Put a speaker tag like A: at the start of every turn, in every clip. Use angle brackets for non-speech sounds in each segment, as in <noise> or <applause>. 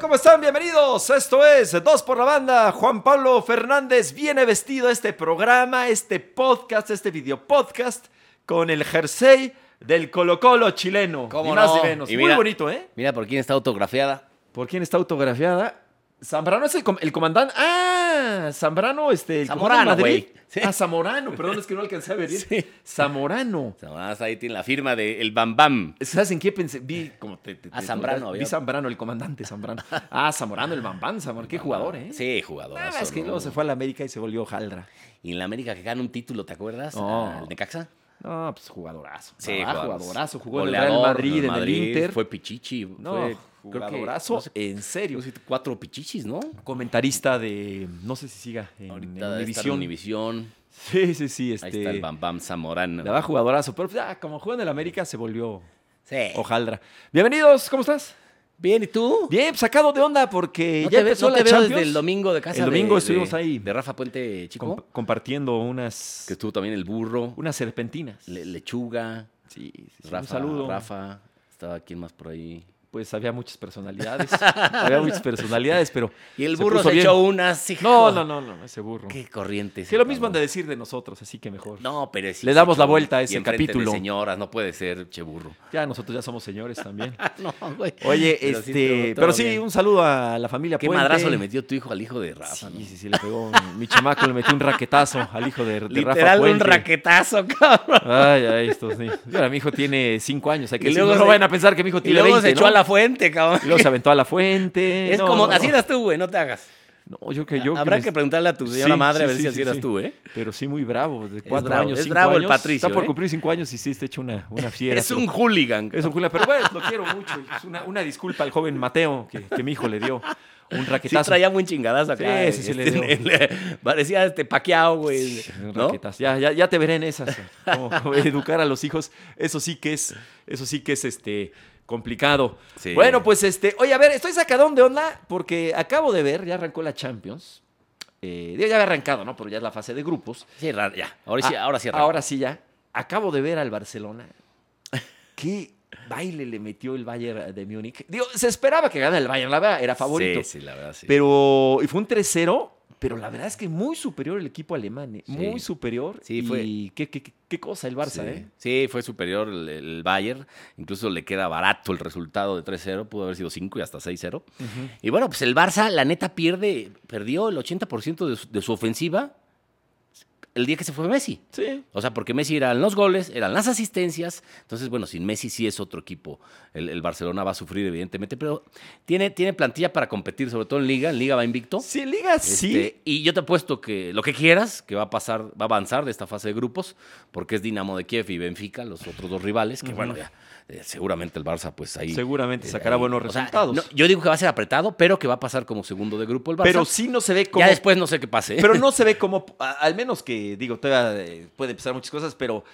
A: ¿Cómo están? Bienvenidos. Esto es Dos por la Banda. Juan Pablo Fernández viene vestido a este programa, este podcast, este video podcast con el jersey del Colo Colo chileno.
B: ¿Cómo
A: ni más
B: no?
A: ni menos.
B: Y
A: Muy
B: mira-
A: bonito, ¿eh?
B: Mira por quién está autografiada.
A: ¿Por quién está autografiada? Zambrano es el, com- el comandante. ¡Ah! Zambrano, este. El
B: Zamorano,
A: comandante de Madrid.
B: güey. Sí.
A: Ah, Zamorano, perdón, es que no alcancé a venir.
B: Sí.
A: Zamorano.
B: Además, ahí tiene la firma de El Bam Bam.
A: ¿Sabes en qué pensé? Vi como te. te-
B: Ah,
A: te-
B: Zambrano había-
A: Vi Zambrano, el comandante Zambrano. Ah, Zamorano, el bambán, Zamorano. Qué jugador, ¿eh?
B: Sí, jugador.
A: Ah, es que luego se fue a la América y se volvió Jaldra.
B: Y en la América que gana un título, ¿te acuerdas?
A: No.
B: Al Necaxa.
A: No, pues jugadorazo.
B: Sí,
A: Ah,
B: jugador.
A: jugadorazo. Jugó en el
B: Goleador
A: Real Madrid, en el Inter.
B: Fue Pichichi.
A: no,
B: fue, creo que,
A: jugadorazo.
B: no sé,
A: en serio.
B: creo que cuatro Pichichis, ¿no?
A: Comentarista de. No sé si siga. En, en
B: Ahorita
A: Univisión.
B: Univisión. Univisión.
A: Sí, sí, sí. Este,
B: Ahí está el Bam Bam Zamorano.
A: La va jugadorazo. Pero pues, ya, como juega en el América, se volvió
B: Sí.
A: hojaldra. Bienvenidos, ¿cómo estás?
B: Bien, ¿y tú?
A: Bien, pues, sacado de onda porque
B: No
A: ya
B: te, ve-
A: empezó
B: no
A: la
B: te veo
A: Champions.
B: desde el domingo de casa.
A: El
B: de-
A: domingo
B: de-
A: estuvimos ahí.
B: De Rafa Puente Chico.
A: Comp- compartiendo unas,
B: que estuvo también el burro.
A: unas serpentinas.
B: le- lechuga.
A: sí, sí, sí,
B: Rafa,
A: un saludo.
B: Rafa, estaba quién más por ahí.
A: Pues había muchas
B: <laughs>
A: personalidades. había muchas personalidades, pero.
B: Y el
A: se
B: burro
A: puso
B: se,
A: bien.
B: echó unas, hijo.
A: No, no, no, no, ese burro.
B: Qué corriente. ese
A: Que lo mismo han
B: cabrón.
A: de decir de nosotros, así que mejor.
B: No, pero sí,
A: Le damos
B: sí,
A: la
B: cabrón.
A: vuelta a ese
B: y enfrente
A: capítulo.
B: De señoras, no puede ser,
A: <laughs>
B: che burro.
A: Ya nosotros ya somos señores
B: <laughs>
A: también.
B: no, güey.
A: Oye,
B: Pero sí
A: este.
B: estuvo todo
A: Ah, pero sí,
B: bien.
A: un saludo a la familia
B: Qué
A: Puente.
B: madrazo le metió tu hijo al hijo de Rafa.
A: Sí,
B: ¿no?
A: sí, sí, le pegó. Mi chamaco le metió un raquetazo al hijo de, de Rafa
B: Literal,
A: Puente.
B: un raquetazo, cabrón.
A: Ay, ay, estos niños. Y Ahora mi hijo tiene cinco años. Hay que
B: Y
A: decir,
B: luego
A: no, no
B: se-
A: vayan a pensar que mi hijo
B: Y
A: tiene
B: luego
A: 20,
B: se echó
A: ¿no?
B: a la fuente, cabrón.
A: Y luego se aventó a la fuente.
B: es
A: No,
B: como,
A: no,
B: así
A: no.
B: eras tú, güey, no te hagas.
A: No, yo que yo.
B: Habrá
A: me-
B: que preguntarle a tu señora
A: Sí,
B: madre
A: sí,
B: a ver
A: sí,
B: si así
A: sí,
B: eras
A: sí.
B: tú, ¿eh?
A: Pero sí, muy bravo. De cuatro
B: bravo,
A: años,
B: es
A: cinco
B: bravo el
A: años.
B: Patricio,
A: Está por
B: ¿eh?
A: cumplir cinco años y sí, está hecho una, una fiera.
B: Es
A: pero-
B: un hooligan.
A: Es un Julia, pero bueno, lo quiero mucho. y Es una, una disculpa al joven Mateo que, que mi hijo le dio un
B: Sí
A: raquetazo.
B: traía muy chingadazo acá.
A: Sí, sí, sí, le
B: este, le- parecía este paqueado, güey.
A: Un
B: ¿no?
A: raquetazo. Ya, ya, ya te veré en esas. Cómo- cómo educar a los hijos, eso sí que es, eso sí que es este complicado.
B: Sí.
A: Bueno, pues este, oye, a ver, estoy sacadón de onda porque acabo de ver, ya arrancó la Champions. Eh, digo, ya había arrancado, ¿no? Pero ya es la fase de grupos.
B: Sí, ra- ya. Ahora sí,
A: Ah,
B: ahora sí. arranca.
A: Ahora sí ya. Acabo de ver al Barcelona. <laughs> ¿Qué baile le metió el Bayern de Múnich? Digo, se esperaba que ganara el Bayern, la verdad, era favorito.
B: Sí, sí, la verdad, sí.
A: Pero, y fue un 3-0, pero la verdad es que muy superior el equipo alemán, ¿eh? muy
B: Sí.
A: superior.
B: Sí, fue.
A: Y qué, qué- qué- qué cosa el Barça,
B: sí.
A: ¿eh?
B: Sí, fue superior el, el Bayern. Incluso le queda barato el resultado de 3-0. Pudo haber sido 5 y hasta 6-0. Y bueno, pues el Barça, la neta, pierde, perdió el 80% de su, de su ofensiva el día que se fue Messi.
A: Sí.
B: O sea, porque Messi eran los goles, eran las asistencias. Entonces, bueno, sin Messi sí es otro equipo. El, el Barcelona va a sufrir, evidentemente, pero tiene, tiene plantilla para competir, sobre todo en Liga. En Liga va invicto.
A: Sí, en Liga sí.
B: Este, y yo te apuesto que lo que quieras, que va a pasar, va a avanzar de esta fase de grupos, porque es Dinamo de Kiev y Benfica, los otros dos rivales, que bueno, ya, eh, seguramente el Barça, pues ahí.
A: Seguramente
B: eh,
A: sacará
B: ahí-
A: buenos
B: o sea,
A: resultados.
B: no, yo digo que va a ser apretado, pero que va a pasar como segundo de grupo el Barça.
A: pero sí no se ve como
B: ya después no sé qué pase. ¿eh? <laughs>
A: Pero no se ve como, a- al menos que, digo, todavía eh, puede empezar muchas cosas, pero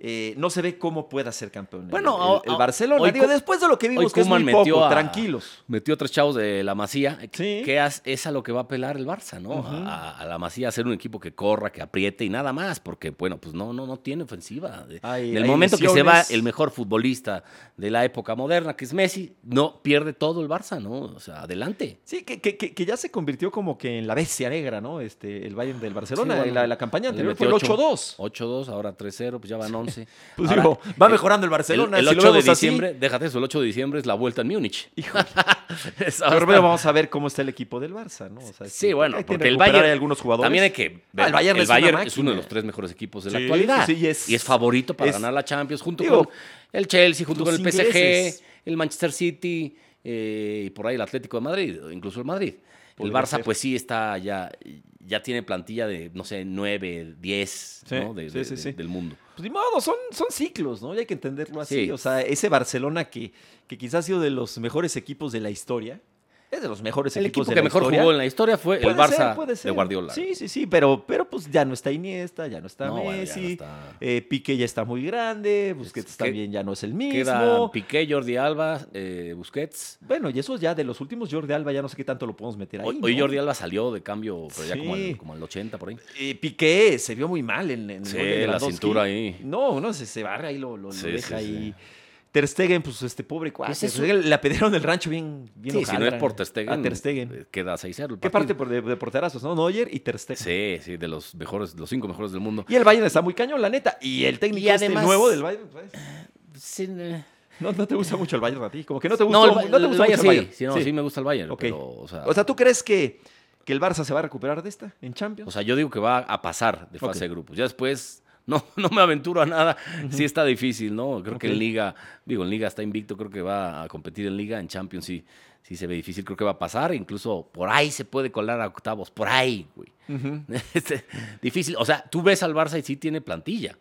A: eh, no se ve cómo pueda ser campeón. el-
B: Bueno,
A: el, el
B: a- a-
A: Barcelona,
B: hoy
A: digo,
B: Ku-
A: después de lo que
B: hoy
A: vimos, que es muy
B: Koeman metió
A: poco,
B: a-
A: tranquilos.
B: Metió a tres chavos de la Masía,
A: Sí.
B: que as- es a lo que va a apelar el Barça, ¿no?
A: Ujú.
B: a, a la Masía, a ser un equipo que corra, que apriete y nada más, porque, bueno, pues no, no, no tiene ofensiva.
A: Hay-
B: en el
A: hay
B: momento que se va
A: lesiones.
B: el mejor futbolista de la época moderna, que es Messi, no pierde todo el Barça, ¿no? O sea, adelante.
A: Sí, que, que- que- que ya se convirtió como que en la bestia negra, ¿no? Este, el Bayern del Barcelona,
B: Sí, bueno,
A: la, la campaña
B: le
A: anterior
B: metió
A: fue el
B: ocho.
A: 8-2.
B: 8-2, ahora 3-0, pues ya van 11.
A: <laughs> Pues
B: Ahora,
A: digo, va
B: el-
A: mejorando el
B: El,
A: Barcelona. si
B: el
A: lo
B: 8 de
A: vemos así.
B: diciembre, déjate eso, el 8 de diciembre es la vuelta en Múnich.
A: Híjole,
B: <laughs> Eso va a
A: pero
B: estar-
A: vamos a ver cómo está el equipo del Barça, ¿no? O sea,
B: Sí, bueno,
A: hay que
B: porque el
A: recuperar
B: Bayern-
A: a algunos jugadores.
B: También hay que
A: Ah, el Bayern es una
B: es
A: máquina.
B: uno de los tres mejores equipos de la
A: Sí,
B: actualidad.
A: sí, y es-
B: y es favorito para
A: es-
B: ganar la Champions junto
A: digo,
B: con el Chelsea, junto
A: los
B: con el
A: ingleses.
B: PSG, el Manchester City eh, y por ahí el Atlético de Madrid, o incluso el Madrid. El
A: Podría
B: Barça,
A: ser.
B: pues sí, está ya, ya tiene plantilla de, no sé, 9, 10
A: Sí,
B: ¿no? de-
A: sí,
B: de-
A: sí,
B: de-
A: sí.
B: del mundo.
A: Pues ni modo, son, son ciclos, ¿no? Y hay que entenderlo así.
B: Sí.
A: O sea, ese Barcelona que, que quizás ha sido de los mejores equipos de la historia. Es de los mejores
B: El
A: equipos
B: equipo
A: de
B: que
A: la
B: mejor
A: historia.
B: jugó en la historia fue el
A: Puede ser,
B: Barça
A: puede ser.
B: de Guardiola.
A: Sí, sí, sí, pero, pero pues ya no está Iniesta, ya no está
B: No, bueno, ya no
A: Messi.
B: está.
A: eh, Piqué ya está muy grande, Busquets
B: Es que-
A: también ya no es el
B: Quedan
A: mismo.
B: Piqué, Jordi Alba, eh, Busquets.
A: Bueno, y eso ya de los últimos Jordi Alba ya no sé qué tanto lo podemos meter ahí.
B: Hoy, hoy
A: ¿no?
B: Jordi Alba salió de cambio, pero ya como
A: Sí.
B: al, como al 80 por ahí.
A: Eh, Piqué se vio muy mal en, en el
B: Sí,
A: gol de
B: la
A: Lewandowski.
B: cintura ahí.
A: No, no se, se barra ahí, lo, lo- lo
B: Sí,
A: deja
B: sí, sí.
A: ahí. Ter Stegen, pues este pobre cuate.
B: Pues eso-
A: Ter Stegen le apedrearon del rancho bien, bien
B: Sí, si no es
A: hojaldra.
B: por Ter Stegen,
A: A Ah, Ter Stegen.
B: eh, queda 6-0. el
A: ¿Qué
B: partido.
A: parte por- de, de porterazos, no? Neuer y Ter Stegen.
B: Sí, sí, de los mejores, los cinco mejores del mundo.
A: Y el Bayern está muy cañón, la neta. Y el técnico
B: Y
A: este
B: además-
A: nuevo del Bayern, pues,
B: Sí, eh,
A: no, no te gusta mucho el Bayern a ti. Como que no te
B: No,
A: gustó,
B: el,
A: no,
B: Ba-
A: te
B: el
A: gustó
B: Bayern
A: mucho
B: sí.
A: el Bayern.
B: sí, no, sí. me gusta el Bayern,
A: Ok.
B: pero, o sea,
A: O sea, ¿tú crees que, que el Barça se va a recuperar de esta en Champions?
B: o sea, yo digo que va a pasar de fase
A: Ok.
B: de grupos. Ya después no, <laughs> no me aventuro a nada. Sí está difícil, ¿no? Creo que
A: Ok.
B: en Liga, digo, en Liga está invicto, creo que va a competir en Liga, en Champions sí, sí se ve difícil, creo que va a pasar. Incluso por ahí se puede colar a octavos, por ahí, güey.
A: Ujú.
B: <laughs> Este, difícil. O sea, tú ves al Barça y sí tiene plantilla.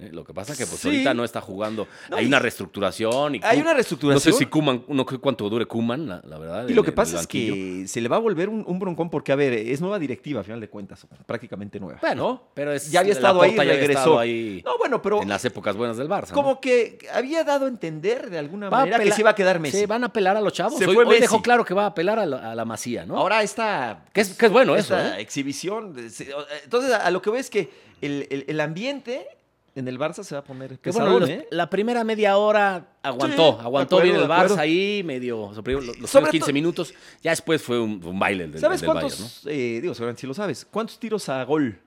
B: Eh, Lo que pasa es que pues,
A: Sí.
B: ahorita no está jugando.
A: No,
B: hay
A: y-
B: una reestructuración. Y
A: Hay
B: Kun-
A: una reestructuración.
B: No sé si Kuman, no sé cuánto dure Kuman, la, la verdad.
A: Y
B: en
A: lo que
B: el
A: pasa es
B: banquillo.
A: que se le va a volver un, un broncón porque, a ver, es nueva directiva, a final de cuentas, prácticamente nueva.
B: Bueno, pero es.
A: Ya había estado
B: Laporta
A: ahí,
B: ya había estado
A: regresó.
B: ahí
A: No, bueno, pero
B: en las épocas buenas del Barça. ¿no?
A: como que había dado a entender de alguna
B: Va a
A: manera que
B: apelar-
A: se iba a quedar Messi.
B: Sí, van a apelar a los chavos.
A: Se
B: hoy
A: fue
B: hoy dejó
A: Messi.
B: claro que va a apelar a la, a la Masía, ¿no?
A: Ahora esta...
B: que, es, que es bueno eso.
A: esta
B: ¿eh?
A: exhibición. de- se- o- eh, Entonces, a a lo que voy es que el, el- el ambiente en el Barça se va a poner
B: Que
A: pesadón,
B: bueno, los-
A: ¿eh?
B: La primera media hora aguantó,
A: Sí, de
B: aguantó
A: acuerdo,
B: bien el
A: de acuerdo.
B: Barça ahí, medio, sobre los, los
A: Sobre
B: primeros 15
A: todo-
B: minutos. Ya después fue un, un baile del, del-
A: ¿Sabes
B: del
A: cuántos?
B: Bayern, ¿no?
A: eh, digo, seguramente sí lo sabes. ¿Cuántos tiros a gol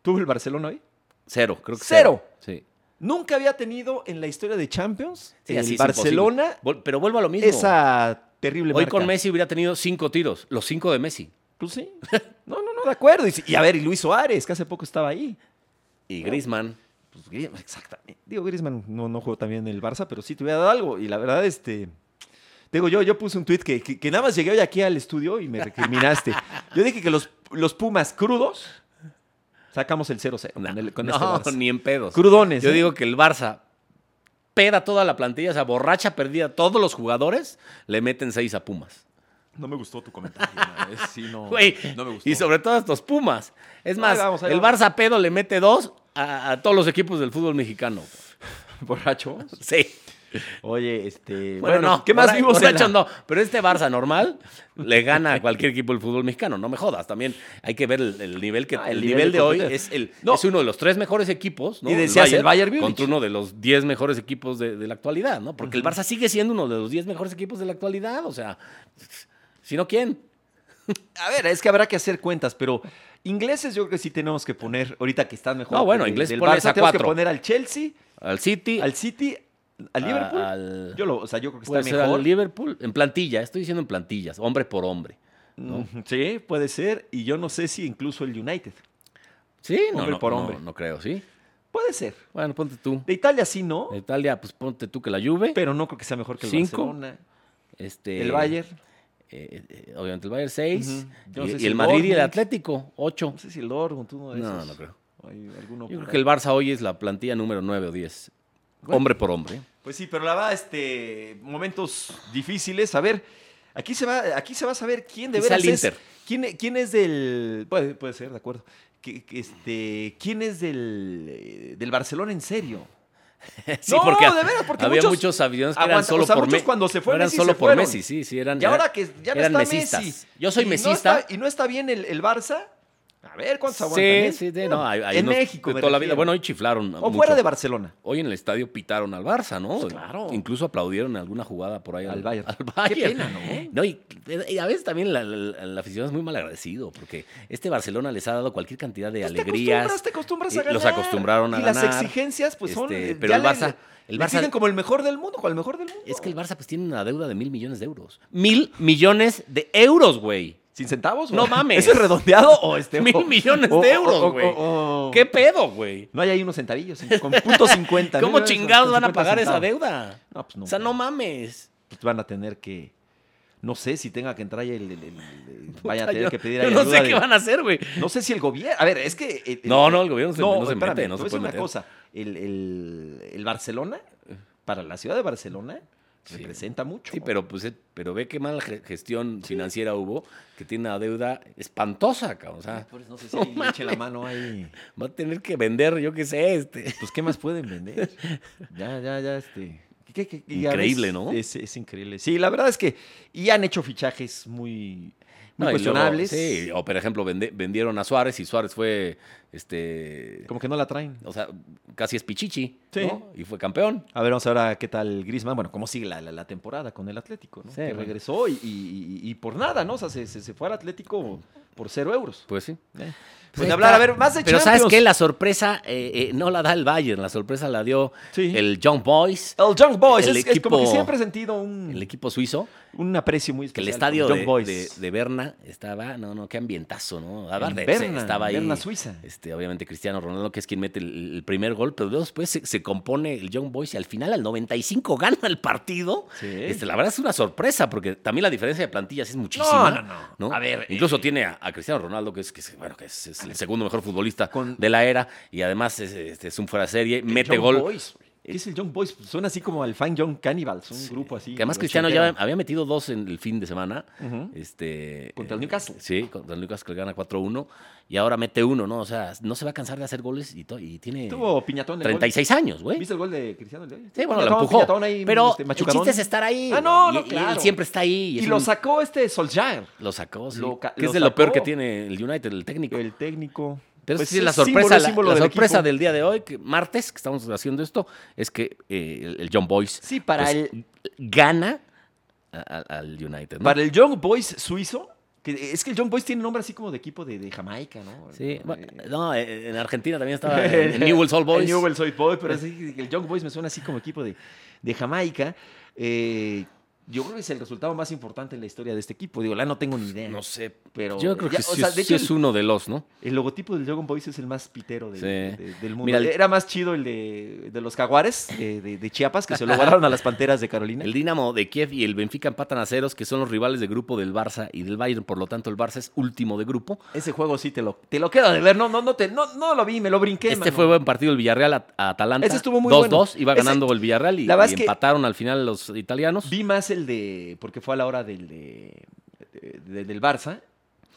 A: tuvo el Barcelona hoy?
B: Cero, creo que
A: Cero.
B: cero. Sí.
A: Nunca había tenido en la historia de Champions
B: Sí, así
A: el
B: es
A: Barcelona
B: imposible. Vol- Pero vuelvo a lo mismo.
A: esa terrible
B: Hoy
A: marca.
B: con Messi hubiera tenido cinco tiros, los cinco de Messi.
A: Pues sí. <laughs> No, no, no, de acuerdo. Y, si- y a ver, y Luis Suárez, que hace poco estaba ahí.
B: Y Griezmann.
A: Pues Griezmann, exactamente. Digo, Griezmann no, no jugó también en el Barça, pero sí te hubiera dado algo. Y la verdad, este... te Digo, yo, yo puse un tuit que, que- que nada más llegué hoy aquí al estudio y me
B: <laughs>
A: recriminaste. Yo dije que los, los Pumas crudos sacamos el 0-0 con, el- con
B: no,
A: este Barça.
B: <laughs> ni en pedos.
A: Crudones.
B: Yo
A: ¿eh?
B: digo que el Barça peda toda la plantilla, o sea, borracha perdida, todos los jugadores le meten seis a Pumas.
A: No me gustó tu comentario. ¿no? Es- sí, no,
B: Güey,
A: no me gustó.
B: y sobre todo estos Pumas. Es
A: Ahí
B: más,
A: vamos, ahí
B: el
A: vamos.
B: Barça pedo le mete dos a, a todos los equipos del fútbol mexicano.
A: ¿Borrachos?
B: Sí.
A: Oye, este...
B: Bueno, no.
A: ¿Qué más
B: borra-
A: vimos en la-
B: borrachos no, pero este Barça normal le gana a cualquier equipo del fútbol mexicano, no me jodas. También hay que ver el, el nivel que
A: Ah,
B: el, nivel de, hoy
A: competencia.
B: es el
A: No.
B: es uno de los tres mejores equipos, ¿no?
A: Y decías, el Bayern Múnich.
B: contra uno de los diez mejores equipos de, de la actualidad, ¿no? Porque el Barça sigue siendo uno de los diez mejores equipos de la actualidad, o sea, si no quién.
A: A ver, es que habrá que hacer cuentas, pero ingleses yo creo que sí tenemos que poner, ahorita que están mejor.
B: No, bueno,
A: que
B: ingleses
A: del
B: ponles
A: Barça,
B: a
A: tenemos que
B: cuatro.
A: poner al Chelsea,
B: Al City,
A: al City, al
B: a-
A: Liverpool.
B: al-
A: Yo lo, o sea, yo creo que
B: puede
A: está
B: ser
A: mejor.
B: al Liverpool en plantilla, estoy diciendo en plantillas, hombre por hombre. ¿no?
A: Mm, Sí, puede ser. Y yo no sé si incluso el United.
B: Sí, no,
A: Hombre
B: no,
A: por
B: no,
A: hombre.
B: no creo, sí.
A: Puede ser.
B: Bueno, ponte tú.
A: De Italia sí no,
B: De Italia, pues ponte tú que la Juve.
A: pero no creo que sea mejor que el
B: Cinco.
A: Barcelona,
B: Este,
A: el Bayern.
B: eh, eh, obviamente el Bayern 6.
A: Ujú. Yo no sé
B: y,
A: si
B: el
A: el
B: Madrid y el
A: Dortmund.
B: Atlético, 8.
A: No sé si el Dortmund, uno de
B: No,
A: esos.
B: no creo.
A: Hay alguno
B: Yo
A: por
B: creo que
A: ahí.
B: el Barça hoy es la plantilla número 9 o 10.
A: Bueno.
B: Hombre por hombre. <laughs>
A: Pues sí, pero la va, este, momentos difíciles. A ver, aquí se va, aquí se va a saber quién de
B: Quizá
A: veras
B: el
A: es.
B: Inter.
A: ¿Quién, quién es del. Puede, puede ser, de acuerdo. Que- que, este, ¿Quién es del, eh, del Barcelona en
B: <laughs>
A: serio? No, de veras, porque
B: había
A: muchos
B: muchos, aviones que eran
A: aguanta-
B: solo
A: o sea,
B: por
A: muchos
B: Me-
A: cuando se fue
B: no eran
A: Messi
B: solo
A: se
B: por
A: fueron.
B: Messi, sí, sí, eran
A: Y ahora que ya no
B: eran
A: está
B: mesistas.
A: Messi.
B: Yo soy
A: y no
B: mesista.
A: está- y no está bien el, el Barça. A ver, ¿cuántos aguantan?
B: Sí,
A: eh?
B: sí, sí, no, hay- hay
A: en
B: unos
A: México,
B: de
A: me
B: toda la vida.
A: refiero.
B: Bueno, hoy chiflaron.
A: O
B: mucho.
A: fuera de Barcelona.
B: Hoy en el estadio pitaron al Barça, ¿no?
A: Pues claro.
B: Incluso aplaudieron alguna jugada por ahí
A: Al Bayern.
B: <laughs> al
A: Qué
B: Bayern.
A: pena, ¿no?
B: y, y a veces también la, la- la afición es muy mal agradecido porque este Barcelona les ha dado cualquier cantidad de
A: Pues
B: alegrías.
A: Te acostumbras, te acostumbras a
B: y
A: ganar.
B: los acostumbraron a
A: y
B: ganar,
A: las exigencias, pues son.
B: este,
A: eh,
B: pero
A: ya
B: el
A: le-
B: Barça- el
A: le
B: Barça-
A: exigen como el mejor del mundo, como el mejor del mundo.
B: Es que el Barça pues tiene una deuda de mil millones de euros. Mil millones de euros, güey.
A: ¿Sin centavos?
B: No
A: o-
B: mames.
A: ¿Eso es redondeado
B: <laughs>
A: o este?
B: Mil
A: o-
B: millones
A: o- o-
B: de euros,
A: o-
B: güey.
A: o- o-
B: ¿Qué pedo, güey?
A: No hay ahí unos centavillos, con punto cincuenta.
B: ¿Cómo
A: ¿no?
B: chingados
A: Con
B: van a
A: 50
B: pagar esa
A: centavos.
B: deuda?
A: No, pues no.
B: o sea, no mames.
A: Pues van a tener que. No sé si tenga que entrar ahí el. el- el-
B: <laughs>
A: el- vaya a
B: Puta,
A: tener
B: yo-
A: que pedir
B: yo
A: ahí
B: no
A: ayuda
B: sé
A: de-
B: qué van a hacer, güey.
A: No sé si el gobierno. A ver, es que. eh, el- el-
B: No, no, el gobierno se- no se
A: espérame,
B: mete, no
A: te voy a
B: se
A: decir
B: puede
A: una
B: meter.
A: cosa. El, el- el Barcelona, para la ciudad de Barcelona,
B: Sí.
A: representa mucho.
B: Sí, pero pues, eh, pero ve qué mala ge- gestión financiera hubo, que tiene una deuda espantosa, cabrón. O sea,
A: Pues no sé si ahí le eche la mano ahí.
B: va a tener que vender, yo qué sé, este.
A: Pues, ¿qué más pueden vender? Ya, ya, ya, este. ¿qué- qué- qué- ya
B: Increíble,
A: ves?
B: ¿no?
A: Es, es increíble. Sí, la verdad es que. Y han hecho fichajes muy, muy
B: No, y luego,
A: cuestionables.
B: sí, o por ejemplo, vende- vendieron a Suárez y Suárez fue, este,
A: Como que no la traen.
B: o sea, casi es Pichichi,
A: Sí.
B: ¿no? Y fue campeón.
A: A ver, vamos a ver a qué tal Griezmann. Bueno, cómo sigue la, la- la temporada con el Atlético, ¿no?
B: Sí,
A: que
B: bueno.
A: regresó y, y- y- y por nada, ¿no? O sea, se, se- se fue al Atlético por cero euros.
B: Pues sí.
A: Eh.
B: Pues
A: Pues
B: ahí
A: de hablar,
B: está.
A: a ver, más de
B: Pero
A: Champions.
B: ¿sabes qué? La sorpresa eh, eh, no la da el Bayern, la sorpresa la dio
A: Sí.
B: el Young Boys,
A: El Young Boys,
B: El
A: es, es como que
B: equipo-
A: siempre he sentido un,
B: el equipo suizo,
A: un aprecio muy
B: que
A: especial.
B: el estadio
A: por
B: de,
A: Young
B: de-
A: Boys.
B: de Berna estaba, no, no, qué ambientazo, ¿no?
A: En
B: Aparte, se-
A: Berna,
B: estaba ahí.
A: Berna, Suiza.
B: Este, obviamente Cristiano Ronaldo, que es quien mete el, el primer gol, pero después se, se compone el Young Boys y al final al 95 gana el partido.
A: Sí.
B: Este, la verdad es una sorpresa, porque también la diferencia de plantillas es muchísima.
A: No, no, no. A ver, eh,
B: Incluso tiene a, a Cristiano Ronaldo, que es, que es- bueno, que es, es el segundo mejor futbolista
A: Con-
B: de la era, y además es, este, es un fuera de serie, mete
A: Young
B: gol.
A: Boys, güey. ¿Qué es el Young Boys? Pues Suena así como al Fine Young Cannibals, un grupo así.
B: Que además Cristiano ya había metido dos en el fin de semana.
A: Ujú.
B: este,
A: Contra el
B: eh,
A: Newcastle.
B: Sí, contra el Newcastle gana 4-1 y ahora mete uno, ¿no? O sea, no se va a cansar de hacer goles y, to- y tiene
A: Tuvo piñatón. en el gol.
B: 36 años, güey.
A: ¿Viste el gol de Cristiano? el de hoy?
B: Sí, bueno, lo
A: Piñatón,
B: empujó.
A: piñatón ahí,
B: pero
A: este,
B: el
A: machucadón.
B: chiste es estar ahí.
A: Ah, no,
B: y-
A: no,
B: y él
A: claro.
B: siempre está ahí.
A: Y
B: es
A: lo
B: un-
A: sacó este Solskjaer,
B: lo sacó, sí.
A: Lo ca-
B: que es
A: lo
B: de lo peor
A: sacó.
B: que tiene el United, el técnico.
A: el técnico.
B: Pero
A: Pues
B: sí es la
A: símbolo,
B: sorpresa, la-
A: símbolo
B: la,
A: del
B: sorpresa
A: equipo.
B: del día de hoy, que martes, que estamos haciendo esto, es que eh, el, el John Boyce
A: Sí, para,
B: pues,
A: el,
B: gana a- a- al United. ¿no?
A: para el Young Boys suizo, que es que el Young Boys tiene nombre así como de equipo de, de Jamaica, ¿no?
B: Sí,
A: Eh, <laughs>
B: bueno, no, eh, en Argentina también <laughs> estaba el el Newell's Old Boys.
A: El Newell's Old Boys,
B: <laughs>
A: pero así, el Young Boys me suena así como equipo de, de Jamaica. Eh, yo creo que es el resultado más importante en la historia de este equipo. Digo, la no tengo ni idea.
B: No sé,
A: pero
B: yo creo
A: ya,
B: que
A: o
B: sí,
A: sea,
B: es-
A: de
B: sí
A: hecho,
B: es uno de los, ¿no?
A: El logotipo del Dragon Boys es el más pitero de-
B: Sí.
A: de- del mundo.
B: Mira, el-
A: Era más chido el de, de los jaguares eh, de, de Chiapas, que se
B: <laughs>
A: lo guardaron a las panteras de Carolina.
B: El Dinamo de Kiev y el Benfica empatan a ceros, que son los rivales de grupo del Barça y del Bayern. Por lo tanto, el Barça es último de grupo.
A: Ese juego sí te lo, te lo quedo de ver. No, no, no, te, no, no lo vi, me lo brinqué.
B: este
A: mano.
B: fue buen partido el Villarreal a, a Atalanta.
A: Ese estuvo muy
B: 2-2,
A: bueno.
B: iba
A: Ese-
B: ganando el Villarreal y,
A: la verdad
B: y
A: es que-
B: empataron al final los italianos.
A: Vi más el de. Porque fue a la hora del de, de- del Barça.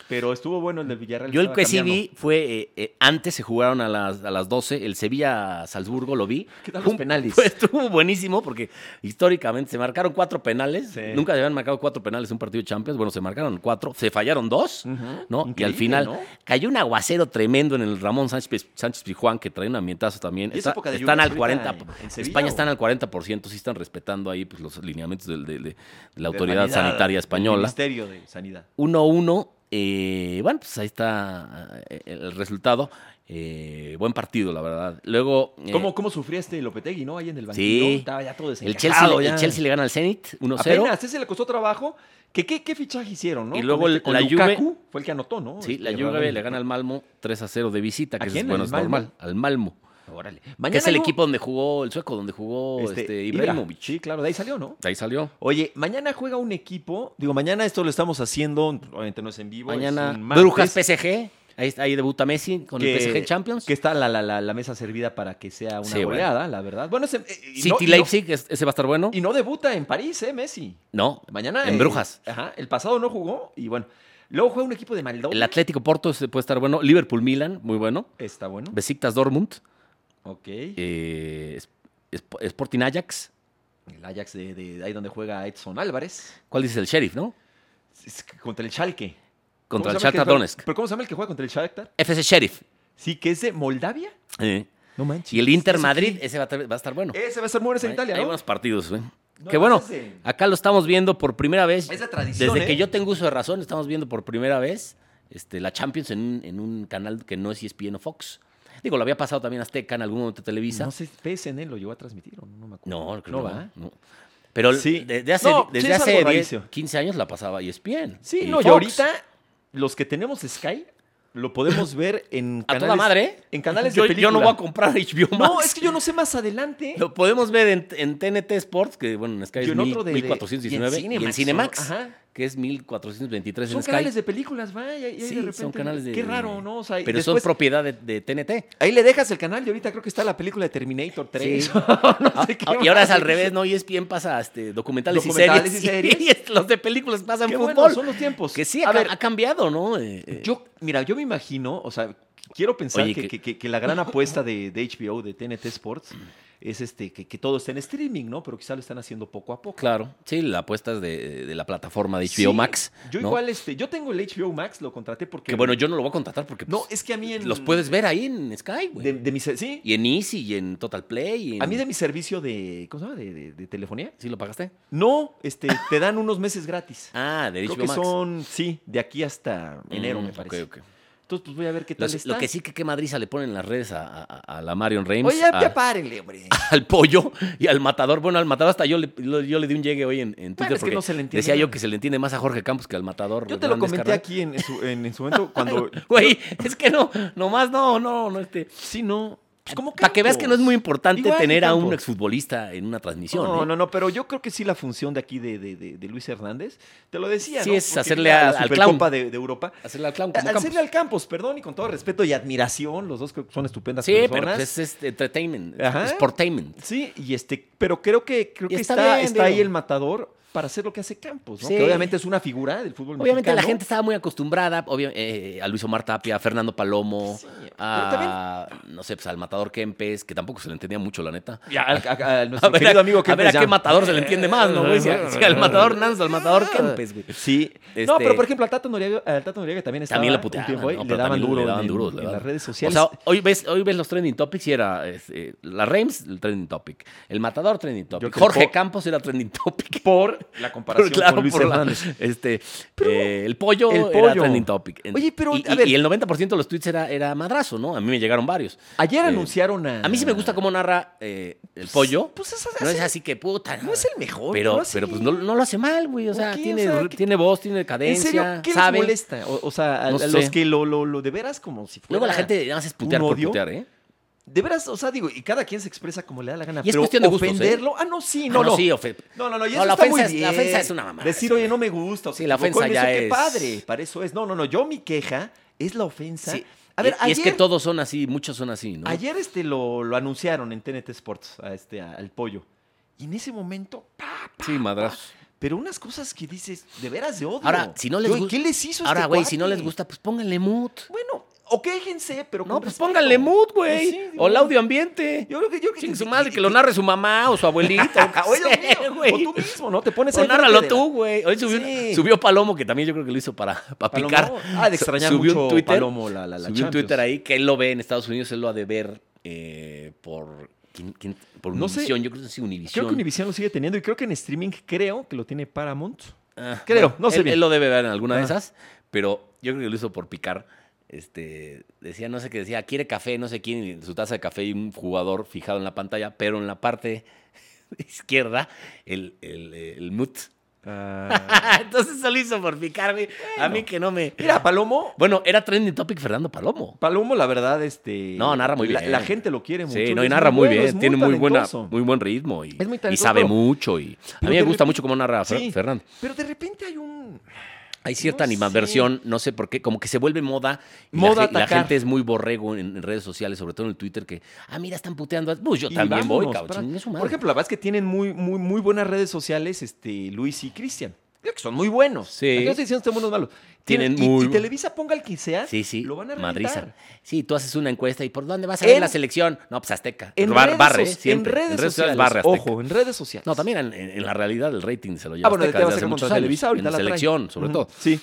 A: Pero estuvo bueno el del Villarreal.
B: Yo el
A: estaba
B: que sí
A: cambiando.
B: vi fue, eh, eh, antes se jugaron a las, a las 12, el Sevilla-Salzburgo lo vi.
A: ¿Qué tal los
B: Un-
A: penales?
B: fue- estuvo buenísimo porque históricamente se marcaron cuatro penales.
A: Sí.
B: Nunca se habían marcado cuatro penales en un partido de Champions. Bueno, se marcaron cuatro, se fallaron dos,
A: Ujú.
B: ¿no? Y al
A: Increíble,
B: final
A: ¿no?
B: cayó un aguacero tremendo en el Ramón Sánchez, Piz- Sánchez Pijuán, que trae un ambientazo también.
A: Y es época de
B: están
A: lluvias
B: al
A: ahorita
B: 40,
A: en- en Sevilla,
B: España
A: ¿o?
B: están al 40%, sí están respetando ahí pues, los lineamientos del- de- de- de la
A: De
B: Autoridad
A: Sanidad,
B: Sanitaria
A: del
B: Española.
A: Ministerio de Sanidad.
B: 1-1. eh, bueno, pues ahí está eh, el resultado. Eh, buen partido, la verdad. Luego. eh,
A: ¿Cómo, ¿Cómo sufría este Lopetegui, no? Ahí en el banquillo.
B: Sí.
A: Estaba ya todo
B: El Chelsea,
A: desencajado,
B: le- el
A: ya.
B: Chelsea le gana al Zenit 1-0.
A: Apenas, ese le costó trabajo. ¿Qué, qué, qué fichaje hicieron, no?
B: Y luego el-
A: con
B: la
A: Lukaku fue el que anotó, ¿no?
B: Sí,
A: Este,
B: la Juve
A: Raúl.
B: le gana al Malmo 3-0 de visita,
A: ¿A
B: que es,
A: quién?
B: bueno,
A: ¿Al
B: es
A: Malmo?
B: normal. Al Malmo.
A: Órale.
B: que es el
A: ¿no?
B: equipo donde jugó el sueco, donde jugó este,
A: Ibra.
B: Ibrahimovic.
A: Sí, claro, de ahí salió, ¿no?
B: De Ahí salió.
A: Oye, mañana juega un equipo. Digo, mañana esto lo estamos haciendo. Obviamente no es en vivo.
B: Mañana
A: es un martes,
B: Brujas PSG. Ahí, está- ahí debuta Messi con el PSG en Champions.
A: Que está la, la, la, la mesa servida para que sea una
B: Sí, bueno.
A: goleada, la verdad. Bueno, ese, eh, y no- y
B: City
A: no-
B: Leipzig, es- ese va a estar bueno.
A: Y no debuta en París, ¿eh, Messi?
B: no,
A: Mañana.
B: En
A: eh,
B: Brujas.
A: Ajá. El pasado no jugó y bueno. Luego juega un equipo de Maldonado.
B: El Atlético Porto ese puede estar bueno. Liverpool Milan, muy bueno.
A: Está bueno.
B: Besiktas Dortmund.
A: Ok.
B: eh, Sp- Sporting Ajax.
A: El Ajax de, de ahí donde juega Edson Álvarez.
B: ¿Cuál dices? El Sheriff, ¿no?
A: Es que Contra el Schalke.
B: Contra el
A: ¿Cómo se llama que
B: Shakhtar
A: juega-
B: Donetsk.
A: ¿Pero cómo se llama el que juega contra el Shakhtar?
B: FC Sheriff.
A: Sí, que es de Moldavia.
B: eh,
A: No manches.
B: Y el Inter
A: ¿Eso
B: Madrid,
A: qué?
B: ese va a, estar- va a estar bueno.
A: Ese va a ser muy bueno en
B: Hay-
A: Italia,
B: hay,
A: ¿no?
B: buenos partidos, güey.
A: No,
B: que bueno,
A: ese es de-
B: acá lo estamos viendo por primera vez.
A: Es de tradición,
B: Desde
A: ¿eh?
B: que yo tengo uso de razón, estamos viendo por primera vez este, la Champions en un, en un canal que no es E ESPN o Fox. Digo, lo había pasado también Azteca, en algún momento Televisa.
A: No sé, PSN lo llevó a transmitir o no, no me acuerdo.
B: No, creo que no,
A: ¿verdad?
B: no. Pero el-
A: Sí.
B: desde hace,
A: No,
B: desde
A: sí es
B: hace
A: algo
B: 10,
A: rarísimo.
B: 15 años la pasaba E ESPN.
A: Sí, no, y
B: Fox.
A: ahorita los que tenemos Sky lo podemos ver en
B: A
A: canales.
B: toda madre. ¿eh?
A: En canales de
B: yo,
A: película.
B: Yo no voy
A: <laughs>
B: a comprar HBO Max.
A: No, es que yo no sé más adelante.
B: Lo podemos ver en, en TNT Sports, que bueno, en Sky
A: Y
B: es
A: en
B: mil-
A: otro de- de-
B: 1419.
A: y
B: Y
A: en
B: en
A: Cinemax,
B: Cinemax,
A: ¿no? Ajá.
B: que es 1423
A: son
B: en Sky.
A: canales de películas, vaya. Y ahí de
B: sí,
A: repente,
B: son canales de.
A: Qué raro, ¿no? O sea, y
B: pero son
A: después-
B: propiedad de, de TNT.
A: Ahí le dejas el canal y ahorita creo que está la película de Terminator 3. <laughs>
B: Sí.
A: no sé <laughs> qué
B: Ah, y ahora es
A: más.
B: al revés, ¿no? Y ESPN pasa este, documentales,
A: Documentales
B: y
A: y
B: series.
A: series.
B: <laughs> y los de películas pasan
A: Qué
B: fútbol.
A: bueno, son los tiempos.
B: Que sí,
A: a
B: ha,
A: ver,
B: ha cambiado, ¿no? Eh, eh,
A: Yo, mira, yo me imagino, o sea, quiero pensar
B: Oye,
A: que,
B: que- Mm.
A: que- que- que la gran apuesta de, de HBO, de TNT Sports, es este, que, que todo está en streaming, ¿no? Pero quizá lo están haciendo poco a poco.
B: Claro, sí, la apuesta es de, de la plataforma de HBO
A: Sí,
B: Max.
A: Yo
B: ¿no?
A: igual, este, yo tengo el HBO Max, lo contraté porque.
B: Que bueno, yo no lo voy a contratar porque
A: No,
B: pues,
A: es que a mí en-
B: los puedes ver ahí en Sky, güey.
A: De, de mi se- sí.
B: Y en Easy, y en Total Play. y en-
A: A mí de mi servicio de. ¿Cómo se llama? De, de- de telefonía.
B: ¿Sí lo pagaste?
A: No, este, te dan unos meses
B: <laughs>
A: gratis.
B: Ah, de
A: Creo
B: HBO
A: que
B: Max.
A: son, sí, de aquí hasta enero,
B: Mm,
A: me
B: ok,
A: parece.
B: ok.
A: Entonces, pues voy a ver qué
B: Lo,
A: tal está.
B: lo que sí que qué madriza le ponen en las redes a, a- a la Marion Reims.
A: Oye, ya,
B: a-
A: ya párenle, hombre.
B: <laughs> al pollo y al matador. Bueno, al matador hasta yo le, lo- yo le di un llegue hoy en, en Twitter.
A: es que
B: porque
A: no se le entiende
B: Decía yo
A: nada.
B: que se le entiende más a Jorge Campos que al matador.
A: Yo te lo
B: Hernández
A: comenté
B: Carranza.
A: aquí en, en su, en- en su momento
B: <laughs>
A: cuando.
B: Güey, es que no, nomás no, no, no. Este,
A: Sí, no. Pues, ¿cómo
B: para que veas que no es muy importante
A: Igual que
B: tener a un
A: Campos.
B: exfutbolista en una transmisión.
A: No,
B: ¿eh?
A: no, no, pero yo creo que sí la función de aquí de, de- de- de Luis Hernández, te lo decía,
B: Sí,
A: ¿no?
B: es
A: Porque
B: hacerle
A: mira,
B: al-
A: la
B: al
A: Supercopa
B: clown.
A: de, de Europa.
B: Hacerle al clown como
A: Al
B: Campos.
A: serle al Campos, perdón, y con todo respeto y admiración, los dos creo que son estupendas
B: Sí,
A: personas.
B: pero pues, es, este, entertainment,
A: Ajá.
B: sportainment.
A: Sí, y este, pero creo que creo
B: Y
A: que
B: está
A: está,
B: bien,
A: está ahí
B: digo.
A: el matador para hacer lo que hace Campos, ¿no?
B: Sí.
A: Que obviamente es una figura del fútbol
B: Obviamente la gente
A: mexicano.
B: estaba muy acostumbrada obvia- eh, a Luis Omar Tapia, a Fernando Palomo,
A: Sí,
B: a, no sé, pues al matador Kempes, que tampoco se le entendía mucho, la neta.
A: Ya, a- a- a nuestro
B: <laughs> A ver,
A: querido
B: a-
A: amigo que
B: a ver a qué matador se le entiende más, ¿no? güey? Si, a- si
A: <laughs>
B: al matador Nanz, al matador Kempes, güey.
A: Ah. Sí.
B: Este-
A: No, pero por ejemplo, al Tata Noriega, al Tata Noriega también estaba
B: También la
A: un
B: puteaban.
A: tiempo ahí,
B: ¿no?
A: le
B: Pero
A: daban
B: también
A: duro
B: le daban
A: en,
B: duro,
A: en
B: le daban.
A: las redes sociales.
B: O sea, hoy ves, hoy ves los trending topics y era este, la Reims, el trending topic. El matador, trending
A: Yo
B: topic.
A: creo
B: Jorge
A: po-
B: Campos era trending topic.
A: por la comparación
B: Pero claro,
A: con Luis
B: por la-
A: Hernández.
B: este, eh, el pollo
A: El
B: era
A: pollo.
B: trending topic. En-
A: Oye, pero,
B: y,
A: a
B: y-
A: ver.
B: y el 90% de los tweets era, era madrazo, ¿no? A mí me llegaron varios.
A: Ayer
B: Eh,
A: anunciaron a.
B: A mí sí me gusta cómo narra eh, el pollo.
A: Ah. Pues es,
B: no es así que puta.
A: no es el mejor,
B: Pero,
A: no hace-
B: pero pues no, no lo hace mal, güey. O
A: ¿Por
B: sea,
A: qué? O
B: tiene,
A: sea, ¿qué-
B: tiene voz, tiene
A: ¿En
B: cadencia.
A: serio? ¿Qué
B: sabe.
A: les molesta? O, o sea, a,
B: No
A: a
B: sé.
A: los que lo, lo, lo de veras como si fuera.
B: Luego la gente nada más es putear
A: un
B: por
A: odio.
B: putear, ¿eh?
A: De veras, o sea, digo, y cada quien se expresa como le da la gana.
B: Y es
A: pero
B: cuestión de gustos, ¿eh?
A: ofenderlo. Ah, no, sí, no,
B: Ah,
A: no.
B: sí, ofe-
A: No, no, no, y
B: No,
A: eso
B: la
A: está
B: ofensa
A: muy
B: es- la
A: bien.
B: ofensa es una mamada,
A: Decir,
B: sí.
A: oye, no me gusta. o
B: Sí,
A: se
B: la
A: equivocó en
B: ofensa
A: eso,
B: ya
A: qué
B: es-
A: padre, para eso es. No, no, no, yo mi queja es la ofensa.
B: Sí.
A: A ver,
B: y, y
A: ayer,
B: es que todos son así, muchos son así, ¿no?
A: ayer este lo, lo anunciaron en TNT Sports, a este, a- al pollo. Y en ese momento, pa, pa,
B: Sí, madrazos.
A: Pero unas cosas que dices, de veras de odio.
B: Ahora, si no les
A: Yo, ¿y
B: gus-
A: ¿Qué les hizo
B: Ahora,
A: este
B: güey, si no
A: cuate?
B: les gusta, pues pónganle mute.
A: Bueno, o quéjense, pero.
B: No,
A: con
B: pues
A: respeto. Pues
B: pónganle mood, güey.
A: Sí, digo,
B: o el audio ambiente.
A: Yo creo que. Yo creo que
B: Ching su madre, que
A: <laughs>
B: lo narre su mamá o su abuelito. <laughs>
A: O ellos
B: Oye,
A: mismos,
B: güey.
A: o tú mismo, ¿no? Te pones
B: O
A: ahí frente
B: nárralo
A: de
B: tú,
A: la-
B: güey. Hoy subió,
A: Sí.
B: subió Palomo, que también yo creo que lo hizo para, para
A: Palomo.
B: picar.
A: Ah, de
B: Su-
A: extrañar
B: subió
A: mucho
B: un Twitter,
A: Palomo la, la, la
B: subió un
A: Champions.
B: Twitter ahí que él lo ve en Estados Unidos, él lo ha de ver eh, por, ¿quién- quién? por
A: No sé.
B: Univision. Yo creo que es Univision.
A: Creo que Univision lo sigue teniendo y creo que en streaming creo que lo tiene
B: <laughs>
A: Paramount.
B: Ah,
A: Creo, no sé
B: él,
A: bien.
B: él lo debe ver en alguna de
A: Ajá.
B: esas, pero yo creo que lo hizo por picar. Este, decía, no sé qué decía, quiere café, no sé quién, y su taza de café y un jugador fijado en la pantalla, pero en la parte <laughs> izquierda, el, el, el mute. <laughs> Ah, Entonces se lo hizo por picar, güey. A mí
A: Bueno.
B: que no me.
A: Ah, Mira, Palomo.
B: Bueno, era trending topic Fernando Palomo.
A: Palomo, la verdad, este.
B: No, narra muy
A: la-
B: bien.
A: La gente lo quiere mucho.
B: Sí, no, y
A: es
B: narra muy
A: bueno,
B: bien,
A: es
B: tiene muy, buena,
A: talentoso.
B: muy buen ritmo y,
A: Es muy
B: y
A: talentoso,
B: sabe
A: pero-
B: mucho. Y, a
A: pero
B: mí me
A: de
B: gusta
A: rep-
B: mucho cómo narra Fer-
A: Sí.
B: Fernando.
A: Pero de repente hay un.
B: Hay cierta
A: No sé.
B: animadversión, no sé por qué, como que se vuelve moda. y la
A: Moda
B: ge- la,
A: atacar.
B: gente es muy borrego en, en redes sociales, sobre todo en el Twitter, que, ah, mira, están puteando. a- Pues yo
A: Y
B: también voy,
A: vámonos,
B: cabrón.
A: para-
B: chingue su madre.
A: Por ejemplo, la verdad es que tienen muy, muy, muy buenas redes sociales, este, Luis y Cristian. Creo que son muy buenos.
B: Sí.
A: Aquí No este estoy diciendo que estén buenos o malos.
B: Tienen
A: y-
B: muy-
A: Y Televisa ponga el que sea,
B: sí, sí,
A: lo van a
B: madriza.
A: reventar.
B: Sí, tú haces una encuesta y ¿por dónde vas a ver
A: En-
B: la selección? No, pues Azteca.
A: En,
B: Bar-
A: redes,
B: barre,
A: so- en
B: siempre.
A: redes sociales,
B: barre Azteca.
A: ojo, en redes sociales.
B: No, también en, en- en la realidad el rating se lo lleva
A: Ah, bueno,
B: Azteca
A: te vas
B: desde
A: a
B: hace
A: hacer
B: muchos
A: contra
B: años.
A: Televisa, ahorita
B: en
A: la trae.
B: selección, sobre
A: Ujú,
B: todo.
A: Sí.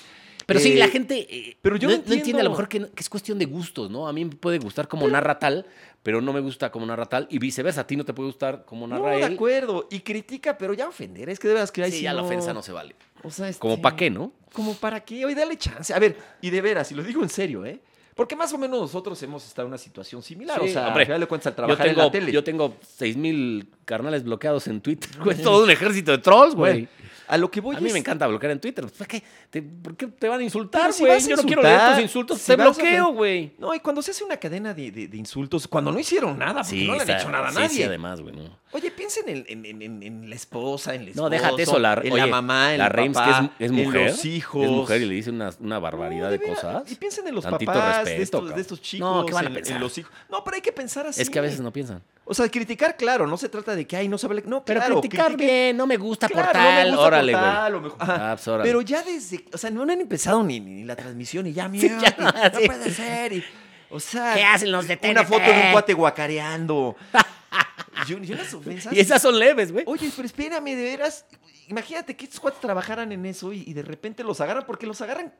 B: Pero sí,
A: Eh,
B: la gente eh,
A: pero yo
B: no,
A: no
B: no entiende a
A: entiendo.
B: lo mejor que, que es cuestión de gustos, ¿no? A mí me puede gustar como narra tal, pero no me gusta como narra tal y viceversa. A ti no te puede gustar como
A: No,
B: narra
A: de
B: él.
A: acuerdo. Y critica, pero ya ofender. Es que de veras que ahí
B: Sí, ya la ofensa no se vale.
A: O sea, este,
B: Como para qué, ¿no?
A: Como para qué. Oye, dale chance. A ver, y de veras, y lo digo en serio, ¿eh? Porque más o menos nosotros hemos estado en una situación similar.
B: Sí,
A: o sea,
B: hombre,
A: al final de cuentas, al trabajar
B: yo tengo,
A: en la tele.
B: Yo tengo 6.000 carnales bloqueados en Twitter, güey. Todo un ejército de trolls, güey.
A: Pues, Güey, Pues a lo que voy
B: A mí
A: es-
B: me encanta bloquear en Twitter. Pues, ¿para qué? Te- ¿Por qué te van a insultar,
A: Pero si
B: güey?
A: vas a
B: yo no quiero leer
A: insultar,
B: tus insultos.
A: si
B: te
A: vas a
B: bloqueo,
A: ofender-
B: güey.
A: No, y cuando se hace una cadena de, de- de insultos, cuando no hicieron nada, porque Ah, pues no le han
B: está-
A: hecho nada a
B: sí,
A: nadie.
B: Sí, además, güey. No,
A: Oye, piensa en, el- en- en- en- en la esposa, en el esposo,
B: no déjate eso. La,
A: en
B: oye,
A: la mamá, en
B: la
A: la
B: Reims,
A: papá,
B: que es, es mujer.
A: en los hijos.
B: Es mujer y le dice una, una
A: No,
B: barbaridad
A: de
B: de,
A: veras,
B: cosas.
A: Y piensen en los
B: Tantito
A: papás
B: respeto,
A: de, estos,
B: cabrón.
A: de estos chicos,
B: No, ¿qué van a
A: en,
B: pensar?
A: en los hijos. No, pero hay que pensar así.
B: Es que a veces no piensan.
A: O sea, criticar, claro, no se trata de que, ay, no sabe... le- No,
B: Pero
A: claro,
B: criticar
A: critiquen-
B: bien, no me gusta
A: Claro,
B: por
A: no me
B: tal.
A: gusta por
B: órale, güey.
A: tal, o mejor- Ajá.
B: Ah, pues, órale.
A: Pero ya desde, o sea, no han empezado ni, ni la transmisión y ya,
B: Sí,
A: mira,
B: ya,
A: <laughs> no
B: sí.
A: puede ser. y, o sea,
B: ¿Qué hacen los de
A: una
B: TNT?
A: foto de un cuate guacareando. y, un- <laughs> y unas ofensas.
B: Y esas son leves, güey.
A: Oye, pero espérame, de veras. Imagínate que estos cuates trabajaran en eso y, y de repente los agarran, porque los agarran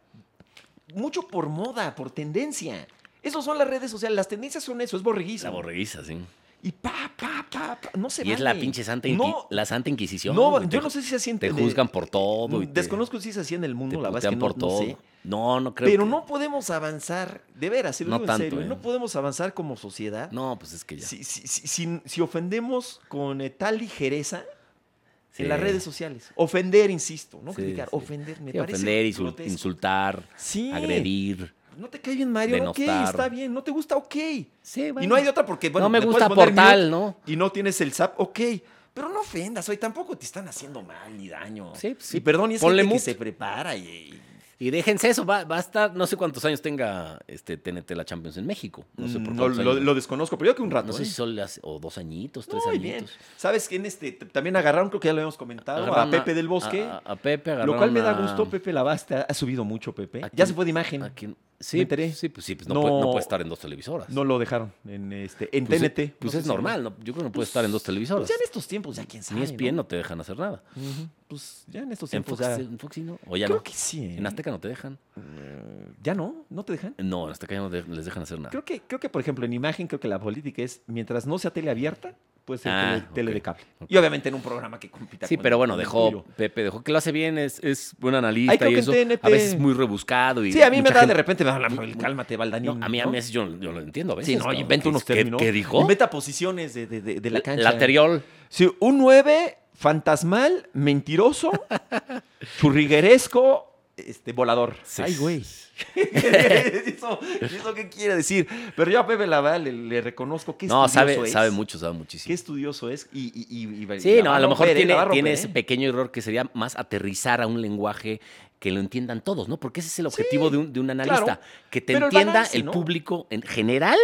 A: mucho por moda, por tendencia. Eso son las redes sociales. Las tendencias son eso, es
B: La
A: borreguismo.
B: borreguiza, sí.
A: y pa, pa, pa, pa, No se
B: Y es la
A: vale.
B: pinche santa, inqui-
A: No,
B: la santa inquisición.
A: no,
B: güey.
A: yo
B: Te-
A: no sé si se siente.
B: Te juzgan por todo. y te-
A: Desconozco si es así en el
B: Te
A: mundo, la
B: putean
A: verdad es que no,
B: por
A: no
B: todo.
A: sé.
B: No, no creo.
A: Pero
B: que-
A: no podemos avanzar, de veras, si lo
B: No
A: digo en
B: tanto,
A: serio,
B: ¿eh?
A: no podemos avanzar como sociedad.
B: No, pues es que ya.
A: Si, si- si- si- si ofendemos con eh, tal ligereza
B: Sí.
A: en las redes sociales. Ofender, insisto, no
B: Sí,
A: criticar,
B: sí.
A: ofender, me
B: Sí,
A: parece.
B: ofender, insul-
A: grotesco.
B: insultar,
A: Sí.
B: agredir.
A: No te cae bien, Mario. Ok,
B: Denostar.
A: está bien. No te gusta, ok.
B: Sí,
A: Y no hay de otra porque, bueno,
B: no me
A: le puedes
B: gusta
A: poner mute
B: Portal, ¿no?
A: Y no tienes el zap, ok. Pero no ofendas, hoy tampoco te están haciendo mal ni daño.
B: Sí, sí.
A: Y perdón, y es
B: Ponle
A: gente que
B: mute.
A: se prepara y.
B: Y déjense eso, va, va a estar, no sé cuántos años tenga este TNT la Champions en México. No sé por
A: Mm,
B: cuántos
A: lo,
B: años.
A: lo desconozco, pero yo creo que un rato.
B: No
A: ¿eh?
B: sé si son las, o dos añitos, tres
A: Muy bien.
B: añitos.
A: ¿Sabes quién este, t- también agarraron? Creo que ya lo habíamos comentado.
B: Agarraron
A: a Pepe del Bosque.
B: A, a Pepe,
A: lo cual me da
B: agarraron a-
A: gusto, Pepe Lavasta. Ha subido mucho, Pepe.
B: ¿A
A: Ya
B: quién?
A: se fue de imagen.
B: a quien- sí,
A: enteré.
B: sí, pues sí, pues no,
A: No.
B: Puede, no puede estar en dos televisoras.
A: No lo dejaron en, este, en
B: Pues es-
A: TNT.
B: Pues
A: No sé
B: es
A: si-
B: normal, ¿no? yo creo que no puede estar en dos
A: Pues
B: televisoras.
A: ya en estos tiempos, ya quién sabe.
B: Ni es bien,
A: ¿no?
B: no te dejan hacer nada.
A: Ujú. Pues ya en estos
B: En
A: tiempos.
B: Fox,
A: Ya,
B: en Fox sí, ¿no? O ya
A: creo
B: no.
A: que sí. ¿eh?
B: En Azteca no te dejan.
A: Eh, ¿Ya no? ¿No te dejan?
B: No, en Azteca ya no de- les dejan hacer nada.
A: Creo que, creo que, por ejemplo, en imagen, creo que la política es mientras no sea tele abierta, puede ser
B: Ah,
A: tele, tele
B: ok,
A: de cable.
B: ok.
A: Y obviamente en un programa que compita
B: Sí,
A: con-
B: pero bueno,
A: con el
B: dejó
A: tuyo.
B: Pepe, dejó que lo hace bien, es, es buen
A: Ahí
B: analista
A: creo
B: y
A: que
B: eso.
A: en TNT.
B: A veces muy rebuscado y
A: Sí, a mí me
B: mucha
A: da de
B: gente-
A: repente, me da la- cálmate, Valdanín.
B: No, a mí a
A: ¿no?
B: veces yo, yo lo entiendo a veces.
A: Sí, no,
B: cabrón.
A: inventa
B: ¿Qué-
A: unos
B: qué-
A: términos.
B: ¿Qué dijo?
A: Inventa posiciones de, de- de- de la cancha.
B: Lateriol.
A: Sí, un 9, fantasmal,
B: <laughs>
A: mentiroso, churrigueresco, este, volador.
B: Sí.
A: Ay,
B: <laughs>
A: güey. <laughs> eso, eso qué quiere decir. Pero yo a Pepe Laval le, le reconozco que
B: No,
A: estudioso
B: sabe,
A: es. ¿eh?
B: sabe mucho, sabe
A: Qué
B: muchísimo.
A: estudioso es y, y- y- y- y
B: Sí,
A: la
B: no,
A: va
B: a lo mejor
A: romper, ¿eh?
B: tiene,
A: La va a romper,
B: tiene
A: ¿eh?
B: ese pequeño error que sería más aterrizar a un lenguaje que lo entiendan todos, ¿no? Porque ese es el objetivo de, un, de un analista,
A: claro.
B: que te
A: Pero el
B: entienda el,
A: balance, ¿no?
B: público en general,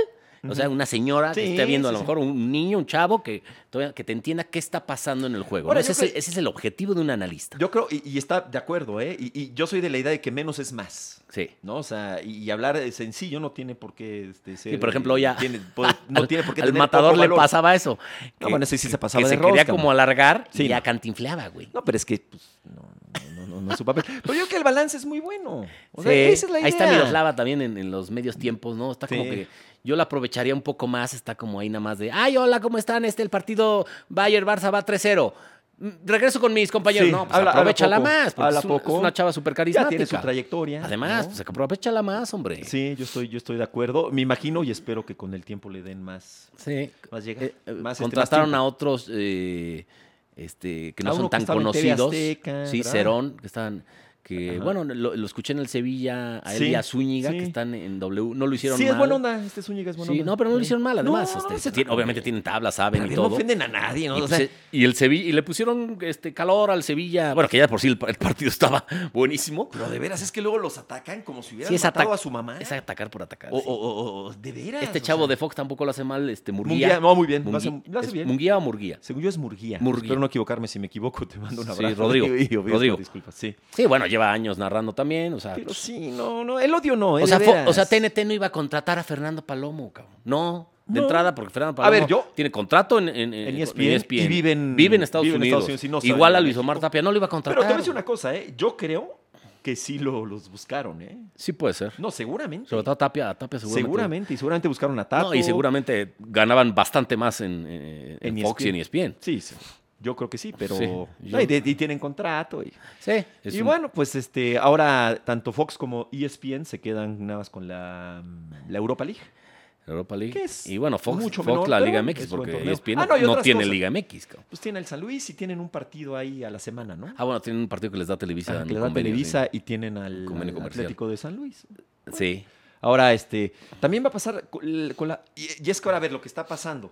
B: o sea, una señora
A: Sí,
B: que esté viendo a
A: sí,
B: lo
A: sí.
B: mejor un niño, un chavo, que, todavía- que te entienda qué está pasando en el juego. ¿no?
A: Ahora, yo
B: Ese, es el-
A: creo-
B: ese es el objetivo de un analista.
A: Yo creo, y, y está de acuerdo, ¿eh? Y, y yo soy de la idea de que menos es más.
B: sí.
A: ¿No? O sea, y, y hablar eh, sencillo no tiene por qué este, ser.
B: por ejemplo, hoy a-
A: tiene-
B: <laughs>
A: puede- no tiene por qué
B: Al
A: tener
B: matador
A: poco
B: le
A: valor.
B: pasaba eso.
A: No, bueno, ese sí se pasaba
B: que
A: de
B: se quería
A: rosca,
B: como alargar
A: Sí,
B: y ya
A: no.
B: cantinfleaba, güey.
A: No, pero es que pues, no, no, no, no, no es su papel. Pero yo creo que el balance es muy bueno. O sea,
B: Sí.
A: esa es la idea.
B: Ahí está Miroslava también en, en los medios tiempos, ¿no? Está como
A: Sí.
B: que yo la aprovecharía un poco más, está como ahí nada más de, ay, hola, ¿cómo están? Este, el partido Bayer Barça va 3-0. Mm, Regreso con mis compañeros.
A: Sí,
B: No, pues
A: habla- habla
B: aprovechala
A: poco,
B: más. Porque
A: habla
B: es, una,
A: poco.
B: es una chava súper
A: Ya
B: carismática.
A: tiene su trayectoria.
B: Además,
A: ¿no?
B: pues eh, aprovechala más, hombre.
A: Sí, yo estoy, yo estoy de acuerdo. Me imagino y espero que con el tiempo le den más,
B: Sí.
A: más llega.
B: Eh, eh,
A: más, este,
B: contrataron
A: más
B: a
A: tiempo.
B: otros eh, este, que
A: A
B: no
A: uno
B: son
A: que
B: tan
A: estaba en TV
B: conocidos.
A: Azteca,
B: sí,
A: ¿verdad?
B: Cerón, que están. Que,
A: Ajá.
B: Bueno, lo, lo escuché en el Sevilla, a él
A: Sí,
B: y a Zúñiga,
A: sí.
B: que están en W. No lo hicieron
A: Sí,
B: mal.
A: es buena onda. Este Zúñiga es buena
B: Sí,
A: onda.
B: no, pero no lo hicieron mal, además.
A: No, no,
B: este,
A: no se
B: tiene-
A: trata.
B: obviamente tienen tablas, saben y
A: También
B: todo.
A: No ofenden a nadie,
B: Y,
A: ¿no?
B: pues,
A: o sea,
B: eh, y el Sevilla, y le pusieron este calor al Sevilla. Bueno, que ya de por sí el, pa- el partido <laughs> estaba buenísimo.
A: pero de veras es que luego los atacan como si hubieran
B: Sí, es
A: matado
B: atac-
A: a su mamá.
B: Es atacar por atacar.
A: Ah. O,
B: sí.
A: o- o- o- de veras.
B: este
A: o
B: chavo
A: sea,
B: de Fox tampoco lo hace mal, este
A: Murguía.
B: Murguía.
A: No, muy bien. lo hace-
B: Murguía,
A: lo hace
B: ¿es
A: bien.
B: Munguía o Murguía?
A: Según yo es Murguía.
B: Murguía.
A: Espero no equivocarme. Si me equivoco, te mando un
B: Sí,
A: abrazo.
B: Rodrigo.
A: <laughs> Y- y- y-
B: Rodrigo.
A: Disculpa, sí.
B: Sí, bueno, lleva años narrando también, o sea.
A: Pero
B: pues,
A: sí, no, no. El odio no, ¿eh?
B: o, sea
A: de
B: fo-
A: veras.
B: o sea, TNT no iba a contratar a Fernando Palomo, cabrón. No,
A: No.
B: de entrada, porque Fernando
A: A
B: Palomo
A: ver, yo-
B: tiene contrato en, en, E
A: En E
B: en
A: ESPN, y
B: Vive en,
A: viven-
B: Estados
A: viven en
B: Unidos.
A: Estados Unidos y no saben
B: Igual a
A: de
B: Luis Omar
A: México.
B: Tapia, no lo iba a contratar.
A: Pero te voy a decir una cosa, ¿eh? Yo creo que sí lo, los buscaron, ¿eh?
B: Sí puede ser.
A: No, seguramente.
B: Sobre todo a Tapia, a Tapia seguramente.
A: seguramente. Y seguramente buscaron a Tato.
B: No, y seguramente ganaban bastante más en, en- en
A: En E
B: Fox y en E ESPN.
A: Sí, sí. Yo creo que sí, pero.
B: Sí,
A: No,
B: yo-
A: y, de- y tienen contrato. Y,
B: Sí. es
A: y
B: un-
A: bueno, pues este, ahora tanto Fox como E ESPN se quedan nada más con la, la Europa League.
B: Europa League.
A: que es
B: y bueno, Fox,
A: mucho
B: Fox
A: menor,
B: la
A: pero
B: Liga
A: bueno,
B: MX,
A: es buen
B: porque E
A: torneo.
B: ESPN
A: Ah, no, y
B: no
A: otras
B: tiene
A: cosas.
B: Liga MX. cabrón.
A: Pues tienen el San Luis y tienen un partido ahí a la semana, ¿no?
B: Ah, bueno, tienen un partido que les da Televisa.
A: Ah,
B: en
A: que le da
B: convenio, sí.
A: Televisa y tienen al,
B: Convenio
A: al
B: comercial.
A: Atlético de San Luis.
B: Sí.
A: Ahora, este, también va a pasar con l- con la... Y, y es que ahora, a ver, lo que está pasando.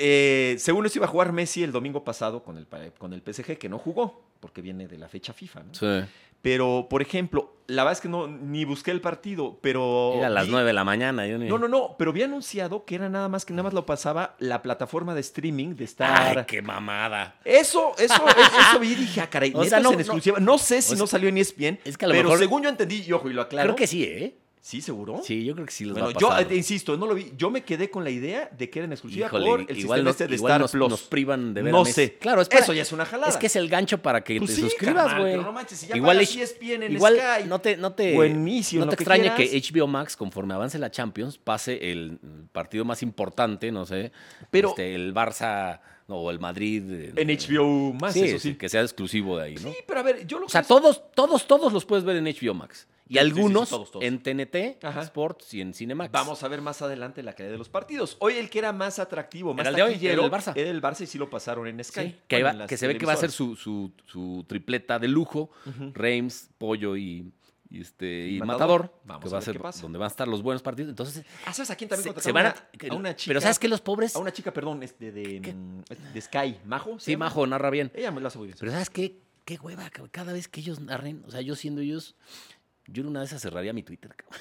A: Eh, según eso iba a jugar Messi el domingo pasado con el, pa- con el PSG, que no jugó, porque viene de la fecha FIFA. ¿no?
B: Sí.
A: Pero, por ejemplo, la verdad es que no, ni busqué el partido, pero...
B: Era a las
A: vi-
B: 9 de la mañana. Yo ni-
A: Oh, No, no, no, pero había anunciado que era nada más que nada más lo pasaba la plataforma de streaming de
B: Ay,
A: estar...
B: qué mamada.
A: Eso, eso, es- eso vi y dije, ah, caray,
B: O
A: neta
B: sea,
A: es
B: no-
A: en
B: no-
A: exclusiva. No sé si
B: o
A: no
B: sea,
A: salió en E ESPN,
B: es que a lo
A: pero
B: mejor-
A: según yo entendí, y ojo, y lo aclaro,
B: Creo que sí, ¿eh?
A: ¿Sí, seguro?
B: Sí, yo creo que sí les
A: Bueno,
B: va a
A: yo,
B: pasar.
A: eh, insisto, no lo vi. Yo me quedé con la idea de que era en exclusiva
B: Híjole,
A: por el sistema
B: nos-
A: este de
B: igual
A: Star
B: nos,
A: Plus.
B: nos privan de ver
A: No
B: a Messi.
A: sé.
B: Claro, es para-
A: Eso ya es una jalada.
B: Es que es el gancho para que
A: Pues
B: te
A: sí,
B: suscribas,
A: carnal,
B: güey.
A: pero no manches, si ya
B: igual
A: pagas E
B: es-
A: 10 en
B: igual
A: Sky.
B: no te no te
A: O en Izzi, o
B: no
A: en
B: te
A: lo que
B: extraña
A: quieras.
B: que HBO Max conforme avance la Champions pase el partido más importante, no sé,
A: Pero-
B: este, el Barça no, o el Madrid eh,
A: En HBO más,
B: sí,
A: eso sí.
B: sí, que sea exclusivo de ahí, ¿no?
A: Sí, pero a ver, yo lo
B: O sea,
A: que-
B: todos todos todos los puedes ver en HBO Max y
A: Sí, sí, sí,
B: algunos
A: todos, todos.
B: en TNT,
A: Ajá.
B: Sports y en Cinemax.
A: Vamos a ver más adelante la calidad de los partidos. Hoy el que era más atractivo, más
B: Era el de hoy,
A: taquillero,
B: era el Barça.
A: Era el Barça y sí lo pasaron en Sky.
B: Sí, que, ahí
A: bueno,
B: va-
A: en las
B: que se ve que va a ser
A: televisoras.
B: su, su- su tripleta de lujo, Reims, Pollo y, y este, y
A: Matador.
B: Matador,
A: Vamos
B: que
A: a
B: va a
A: ver
B: ser
A: qué pasa.
B: donde van a estar los buenos partidos. Entonces,
A: Ah, ¿sabes a quién también
B: se,
A: contrataron?
B: se van a,
A: a una chica.
B: Pero ¿sabes que Los pobres...
A: A una chica, perdón, este de,
B: ¿Qué?
A: mm, de Sky. ¿Majo? se
B: sí,
A: llama?
B: Majo, narra bien.
A: Ella me lo hace muy bien.
B: Pero ¿sabes qué? Qué hueva, cabrón. cada vez que ellos narren, o sea, yo siendo ellos, yo en una de esas cerraría mi Twitter, cabrón.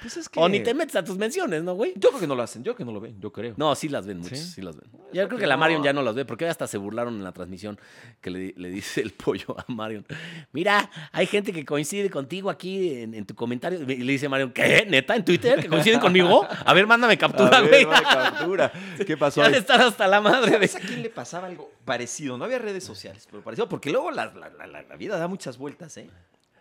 A: Pues es
B: O ni te metes a tus menciones, ¿no, güey?
A: Yo creo que no lo hacen, yo creo que no lo ven, yo creo.
B: No, <laughs> sí las ven muchos,
A: ¿Sí?
B: ¿Sí? las ven.
A: Pues
B: Yo
A: porque
B: creo que la Marion
A: no.
B: ya no las ve, porque hasta se burlaron en la transmisión que le, le dice el pollo a Marion. Mira, hay gente que coincide contigo aquí en, en tu comentario. Y le dice Marion, ¿qué? ¿Neta? ¿En Twitter? ¿Que coinciden conmigo? A ver, mándame captura,
A: A ver,
B: güey. <laughs>
A: vale, captura. ¿Qué pasó
B: Ya
A: ahí?
B: de estar hasta la madre de...
A: ¿Sabes a quién le pasaba algo parecido? No había redes sociales, pero parecido, porque luego la, la- la- la- la vida da muchas vueltas, ¿eh?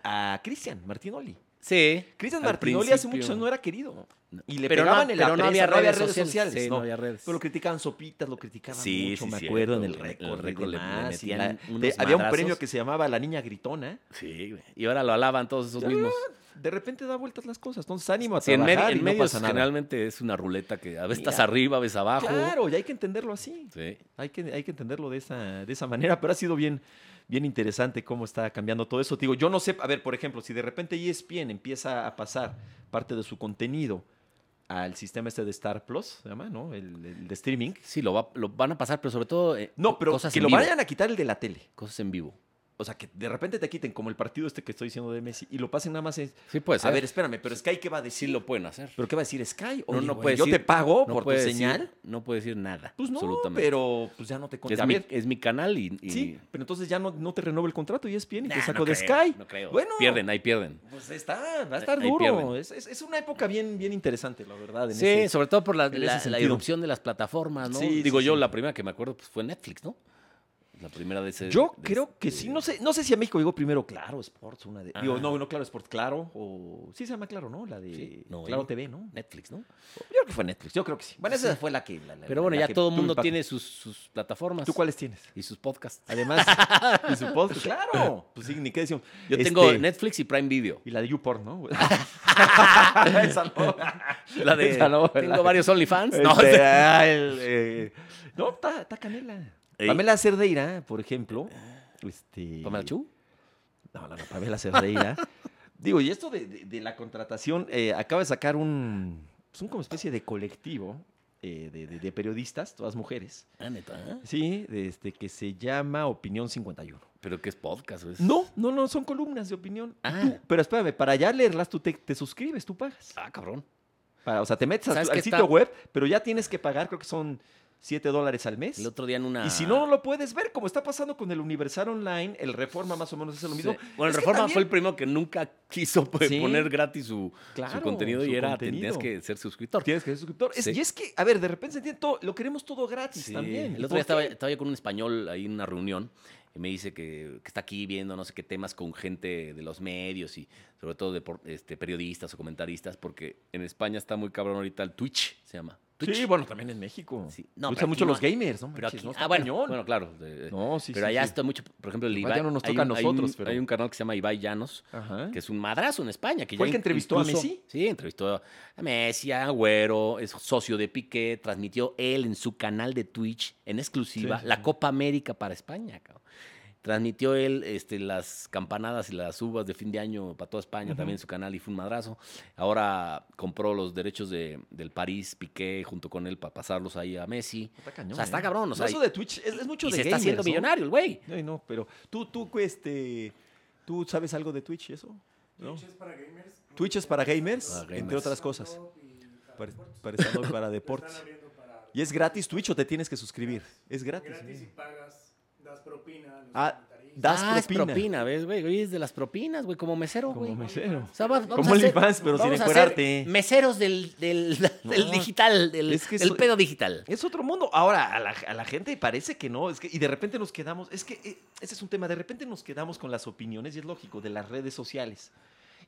A: A Cristian Martinoli.
B: Sí.
A: Cristian
B: al
A: Martinoli hace
B: principio.
A: muchos años no era querido. Y le
B: Pero no-
A: pegaban en la
B: pero no
A: prensa,
B: había redes
A: redes
B: sociales,
A: sociales.
B: sí, no había redes.
A: Pero lo criticaban sopitas, lo criticaban
B: Sí,
A: mucho,
B: sí,
A: me
B: cierto,
A: acuerdo, en el
B: en el
A: récord. y
B: récord le- le
A: demás, y
B: metían
A: la-
B: unos
A: de- había un
B: madrazos.
A: premio que se llamaba La Niña Gritona.
B: Sí, güey. Y ahora lo alaban todos esos
A: Ya,
B: mismos.
A: De repente da vueltas las cosas. Entonces, ánimo a
B: Sí, en,
A: trabajar
B: medio, en
A: y no
B: medios
A: pasa nada.
B: generalmente es una ruleta que a veces
A: Mira.
B: estás arriba, a veces abajo.
A: Claro, y hay que entenderlo así.
B: Sí.
A: Hay que, hay que entenderlo de esa, de esa manera, pero ha sido bien, bien interesante cómo está cambiando todo eso. Te digo, yo no sé, a ver, por ejemplo, si de repente E ESPN empieza a pasar parte de su contenido al sistema este de Star Plus, se llama, ¿no? El, el de streaming.
B: Sí, lo, va- lo van a pasar, pero sobre todo eh,
A: No, pero
B: cosas
A: que
B: en
A: lo
B: vivo.
A: vayan a quitar el de la tele.
B: Cosas en vivo.
A: O sea, que de repente te quiten como el partido este que estoy diciendo de Messi y lo pasen nada más en...
B: Sí, pues.
A: a ver, espérame, pero Sky, ¿qué va a
B: sí
A: decir?
B: lo pueden hacer.
A: ¿Pero qué va a decir Sky?
B: No,
A: Oye,
B: no
A: güey,
B: puede
A: ¿Yo
B: decir-
A: te pago
B: no
A: por tu
B: puede decir-
A: señal?
B: No puede decir nada.
A: Pues no,
B: absolutamente.
A: pero pues ya no te
B: Es,
A: conté. A
B: mi,
A: ver,
B: es mi canal y. y-
A: Sí, pero entonces ya no, no te renuevo el contrato y es bien y
B: Nah,
A: te saco
B: no
A: de
B: creo,
A: Sky.
B: No creo.
A: Bueno,
B: Pierden, ahí pierden.
A: Pues está, va a estar
B: Ahí
A: duro.
B: pierden.
A: Es, es- es una época bien, bien interesante, la verdad. en
B: Sí,
A: ese-
B: sobre todo por la,
A: en
B: la-
A: ese
B: la
A: sentido.
B: irrupción de las plataformas, ¿no?
A: Sí,
B: Digo
A: sí,
B: yo,
A: sí.
B: la primera que me acuerdo pues, fue Netflix, ¿no? La primera de ese.
A: Yo
B: de
A: creo que
B: este-
A: sí, no sé, no sé si a México llegó primero Claro Sports, una de. Digo,
B: Ajá.
A: no, no, Claro Sports, Claro, o. Sí se llama Claro, ¿no? La de
B: Sí, no,
A: Claro
B: ¿eh?
A: TV, ¿no?
B: Netflix, ¿no?
A: Yo creo que fue Netflix, yo creo que sí. Bueno, esa
B: Sí.
A: fue la que. la- la-
B: Pero bueno,
A: la
B: ya
A: que
B: todo el
A: tuvo
B: mundo
A: impacto.
B: tiene sus, sus plataformas.
A: ¿Tú cuáles tienes?
B: Y sus podcasts. <laughs>
A: Además, y su podcast, claro. Pues sí, ni qué decimos.
B: Yo tengo
A: Este,
B: Netflix y Prime
A: <laughs>
B: Video.
A: Y la de YouPorn,
B: <laughs>
A: ¿no? Esa no.
B: La de.
A: Esa no,
B: tengo
A: la-
B: varios
A: <laughs>
B: OnlyFans. No,
A: Este, ah, el, eh, no, está, está Canela.
B: ¿Eh?
A: Pamela Cerdeira, por ejemplo. Este,
B: ¿Pamela Chu?
A: No, no, no, Pamela
B: <laughs>
A: Cerdeira. Digo, y esto de, de- de la contratación, eh, acaba de sacar un, pues, un como especie de colectivo eh, de, de- de periodistas, todas mujeres,
B: Ah, neta. ¿eh?
A: sí, de este, que se llama Opinión 51.
B: Pero que es podcast, ¿ves?
A: No, no, no, son columnas de opinión.
B: Ah.
A: Tú- pero espérame, para ya leerlas tú te, te suscribes, tú pagas.
B: Ah, cabrón.
A: Para, o sea, te metes a
B: ¿Sabes
A: tu- al
B: qué
A: sitio
B: está-
A: web, pero ya tienes que pagar, creo que son 7 dólares al mes.
B: El otro día en una.
A: Y si no, no lo puedes ver, como está pasando con el Universal Online, el Reforma más o menos es lo mismo.
B: Sí. Bueno,
A: Es que
B: Reforma
A: también-
B: fue el primero que nunca quiso <laughs> pues,
A: Sí.
B: poner gratis su, su
A: Claro,
B: contenido
A: su
B: y era
A: contenido.
B: tenías que ser suscriptor.
A: Tienes que ser suscriptor. Es-
B: Sí.
A: Y es que, a ver, de repente se entiende todo, lo queremos todo gratis
B: Sí.
A: también.
B: El otro día estaba, estaba yo con un español ahí en una reunión y me dice que, que está aquí viendo no sé qué temas con gente de los medios y sobre todo de por- este, periodistas o comentaristas, porque en España está muy cabrón ahorita el Twitch, se llama. Twitch.
A: Sí, bueno, también en México.
B: Sí.
A: No,
B: No,
A: Usan
B: pero
A: mucho
B: aquí no
A: los
B: hay-
A: gamers, ¿no?
B: Pero
A: manches,
B: aquí,
A: no, está
B: ah, bueno,
A: cañón.
B: bueno, claro. de-
A: No, sí,
B: pero
A: sí,
B: allá
A: sí.
B: está mucho, por ejemplo, el
A: Igual
B: Ibai.
A: ya no nos
B: hay
A: toca a
B: un- hay
A: nosotros,
B: un-
A: pero-
B: Hay un canal que se llama Ibai Llanos,
A: Ajá.
B: que es un madrazo en España. Que
A: ¿Fue
B: ya
A: el que
B: in-
A: entrevistó a Messi?
B: Sí, entrevistó a Messi, a Agüero, es socio de Piqué, transmitió él en su canal de Twitch en exclusiva
A: Sí, sí,
B: la
A: sí.
B: Copa América para España. cabrón. Transmitió él este, las campanadas y las uvas de fin de año para toda España
A: Ujú.
B: también en su canal y fue un madrazo. Ahora compró los derechos de, del París Piqué junto con él para pasarlos ahí a Messi.
A: Está cañón.
B: O sea, está
A: ¿eh?
B: cabrón, o
A: No,
B: sea,
A: eso de Twitch es, es mucho
B: y
A: de
B: se
A: gamers,
B: está haciendo
A: ¿no?
B: millonario el güey.
A: Ay, no, pero tú, tú, este, tú sabes algo de Twitch y eso? ¿No?
C: Twitch es para gamers.
A: Twitch es para gamers,
B: Para
A: entre
B: gamers.
A: otras cosas. Para,
C: Para deportes.
B: <laughs>
A: para stand-up y para
C: Lo están
A: deportes.
C: abriendo para
A: ¿Y es gratis Twitch o te tienes que suscribir? Es gratis.
C: gratis y
A: ¿eh?
C: pagas, das propina a los
A: Ah,
C: comentaristas.
A: das
B: Ah, es
A: propina.
B: propina, ¿ves, güey? Oye, Es de las propinas, güey, como mesero, güey.
A: Como mesero.
B: O sea, va- vamos
A: Como
B: a hacer-
A: OnlyFans, pero sin
B: vamos a hacer
A: encuerarte.
B: Meseros del, del, del
A: <laughs> No.
B: digital, del,
A: Es que
B: del
A: soy-
B: pedo digital.
A: Es otro mundo. Ahora, a la, a la gente parece que no. Es que, y de repente nos quedamos. Es que eh, ese es un tema. De repente nos quedamos con las opiniones, y es lógico, de las redes sociales.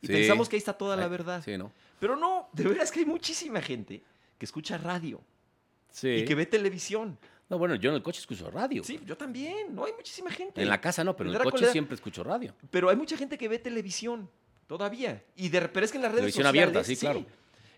A: Y
B: Sí.
A: pensamos que ahí está toda la
B: Ay,
A: verdad.
B: Sí, ¿no?
A: Pero no, de veras que hay muchísima gente que escucha radio
B: Sí.
A: y que ve televisión.
B: No, bueno, yo en el coche escucho radio.
A: Sí, yo también. No hay muchísima gente.
B: En la casa no, pero en el
A: Tendrá
B: coche
A: cualidad. Pues
B: siempre escucho radio.
A: Pero hay mucha gente que ve televisión todavía. Y de repente es que en las redes
B: Televisión
A: sociales.
B: abierta, sí, claro.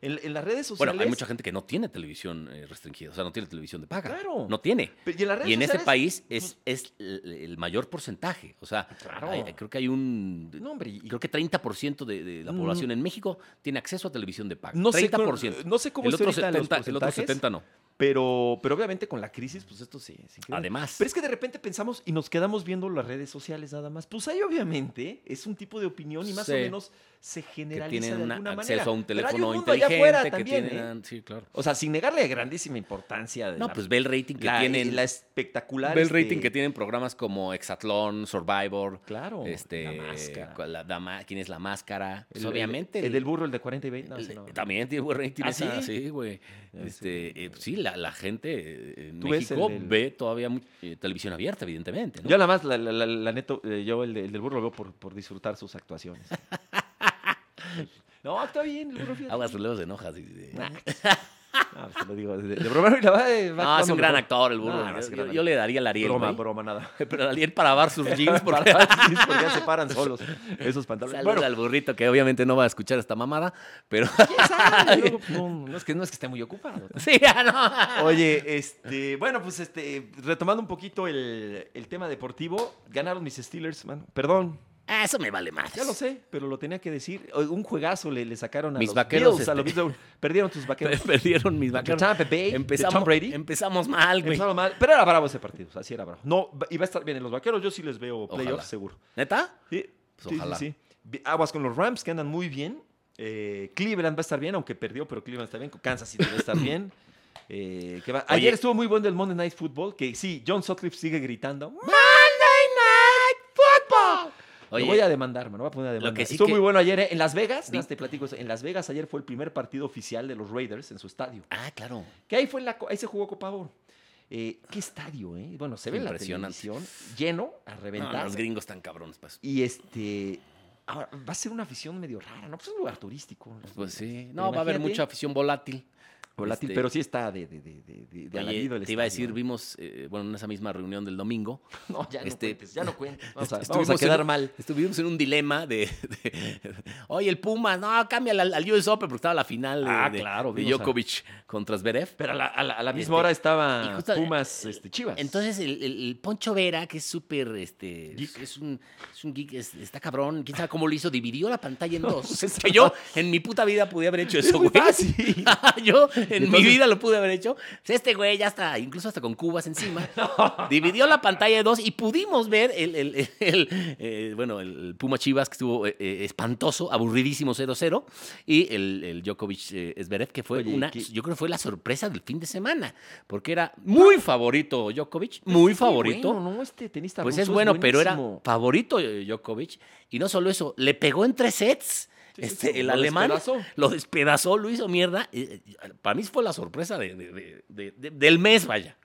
A: En, en las redes
B: Bueno,
A: sociales.
B: hay mucha gente que no tiene televisión eh, restringida, o sea, no tiene televisión de paga.
A: Claro.
B: No tiene.
A: Y en, las redes
B: Y en este
A: sociales-
B: país es, es el el mayor porcentaje. O sea,
A: Pues Claro.
B: hay- creo que hay un.
A: No, hombre. y-
B: Creo que 30% de, de la
A: Mm.
B: población en México tiene acceso a televisión de paga.
A: No sé
B: 30%.
A: cu- no sé cómo
B: el
A: esté
B: otro,
A: ahorita los
B: 70, el otro
A: porcentajes.
B: 70 no.
A: Pero, pero obviamente con la crisis, pues esto sí. sí que-
B: Además.
A: Pero es que de repente pensamos y nos quedamos viendo las redes sociales nada más. Pues ahí obviamente es un tipo de opinión y más
B: Sí.
A: o menos se
B: que
A: generaliza
B: tienen
A: de
B: un
A: alguna
B: acceso
A: manera.
B: a un
A: Pero hay
B: teléfono
A: mundo allá
B: inteligente
A: afuera
B: que
A: también, ¿eh?
B: tienen. Sí, claro.
A: O sea, sin negarle grandísima importancia de
B: No,
A: la,
B: pues ve el rating que
A: la-
B: tienen.
A: la espectacular
B: ve el
A: este,
B: rating que tienen programas como Exatlón, Survivor.
A: Claro,
B: este,
A: Oh, La Máscara.
B: cuál- la dama- ¿Quién es la máscara? Pues
A: El-
B: obviamente.
A: pues, El,
B: el-
A: el del burro, el de 40 y 20. no,
B: el-
A: ese no.
B: También tiene buen rating.
A: ¿Ah,
B: esa,
A: sí?
B: sí, güey.
A: Ya,
B: Este,
A: sí.
B: eh, sí, la, la gente eh, en
A: Tú ves
B: México
A: el del-
B: ve todavía mu- eh, televisión abierta, evidentemente. ¿no?
A: Yo nada más, la, la, la- la neto, eh, yo el, de- el del burro lo veo por, por disfrutar sus actuaciones. <laughs> no, está bien, el burro fíjate.
B: Aguas, luego se enoja. así de-
A: Nah. No, pues, te lo digo, de, de broma y la va, eh, va
B: No, "Ah, es
A: actuando
B: un gran
A: mejor.
B: actor el burro.
A: No, no, es
B: yo,
A: gran
B: yo- yo le daría la Ariel.
A: Broma,
B: güey.
A: broma, nada.
B: <laughs> Pero al Ariel para lavar
A: <laughs>
B: sus jeans porque
A: Para- sí, porque ya se <laughs> paran solos esos pantalones.
B: Saludos
A: Bueno,
B: al burrito que obviamente no va a escuchar esta mamada, pero <laughs>
A: ¿quién sabe? <laughs> Luego, no, no es que, no es que esté muy ocupado.
B: sí, ah, no.
A: Oye, este, bueno, pues este, retomando un poquito el, el tema deportivo, ganaron mis Steelers, mano. Perdón,
B: Ah, eso me vale más.
A: ya lo sé, pero lo tenía que decir. O- Un juegazo le, le sacaron a
B: Mis
A: los
B: vaqueros,
A: Bills, a
B: este.
A: los Bills de- perdieron tus vaqueros.
B: Perdieron mis <laughs> vaqueros.
A: Tampa Bay, de
B: empezamos,
A: Tom Brady.
B: empezamos mal, güey.
A: Empezaron mal, pero era bravo ese partido, o sea, así era bravo. No, va- y va a estar bien en los vaqueros, yo sí les veo playoffs
B: Ojalá.
A: seguro.
B: ¿Neta?
A: Sí,
B: Pues
A: sí,
B: ojalá.
A: sí, sí. Vi- Aguas con los Rams, que andan muy bien. Eh, Cleveland va a estar bien, aunque perdió, pero Cleveland está bien. Kansas City va a estar
B: <coughs>
A: bien. Eh, ¿qué va? Ayer
B: Oye.
A: estuvo muy bueno el Monday Night Football, que sí, John Sutcliffe sigue gritando. "Monday Night Football".
B: Oye,
A: lo voy a demandar, me lo voy a poner a demandar.
B: que sí
A: estuvo
B: que-
A: muy bueno ayer eh, en Las Vegas.
B: Vi-
A: nada más te platico eso. En Las Vegas ayer fue el primer partido oficial de los Raiders en su estadio.
B: ah, claro.
A: Que ahí fue la, co- ahí se jugó Copa Oro. Eh, ¿Qué estadio, eh? Bueno, se ve en la
B: Impresionante.
A: televisión lleno a
B: No,
A: reventar.
B: los gringos están cabrones, pues.
A: Y este. Ahora, va a ser una afición medio rara, ¿no? Pues es un lugar turístico.
B: Pues sí.
A: Pero
B: No, va a haber
A: imagínate,
B: mucha afición volátil.
A: Volátil,
B: Este,
A: pero sí está de, de, de, de, de- de
B: oye,
A: alarido el
B: te iba a
A: estadio,
B: decir, vimos, eh, bueno, en esa misma reunión del domingo,
A: No, No, ya no
B: este,
A: cuentes, ya no cuentes. Vamos a,
B: Est-
A: vamos a
B: estuvimos
A: quedar
B: en-
A: mal.
B: Estuvimos en un dilema de, de- <laughs> oye, el Pumas, no, cámbiale al, al US Open porque estaba la final de,
A: Ah,
B: de-
A: claro,
B: de
A: vimos a-
B: Djokovic contra Zverev.
A: Pero a la, a la- a la misma
B: Este,
A: hora
B: y
A: estaba
B: justo-
A: Pumas este, Chivas.
B: Entonces, el, el- el Poncho Vera, que es súper, este,
A: Geek.
B: es un, es un geek, es- está cabrón, quién sabe cómo lo hizo, dividió la pantalla en
A: No, <laughs>
B: dos.
A: eso
B: que
A: no.
B: yo en mi puta vida podía haber hecho eso,
A: muy
B: güey.
A: fácil.
B: <laughs> yo en mi
A: Entonces-
B: vida lo pude haber hecho. Pues, Este güey ya está, incluso hasta con
A: <laughs>
B: cubas encima, dividió la pantalla en dos y pudimos ver el, el- el- eh, bueno, el Puma Chivas que estuvo eh, eh, espantoso, aburridísimo 0-0 y el, el Djokovic eh, Zverev que fue
A: Oye,
B: una,
A: que-
B: yo creo que fue la sorpresa del fin de semana, porque era muy favorito Djokovic, muy
A: Sí,
B: favorito.
A: Pues bueno, no, este tenista
B: Pues
A: ruso
B: es bueno, pero era
A: buenísimo.
B: favorito eh, Djokovic. Y no solo eso, le pegó en tres sets.
A: Sí,
B: este,
A: sí,
B: el
A: lo
B: alemán
A: despedazó.
B: lo despedazó, lo hizo mierda. Eh, eh, Para mí fue la sorpresa de- de- de- de- de- del mes, vaya.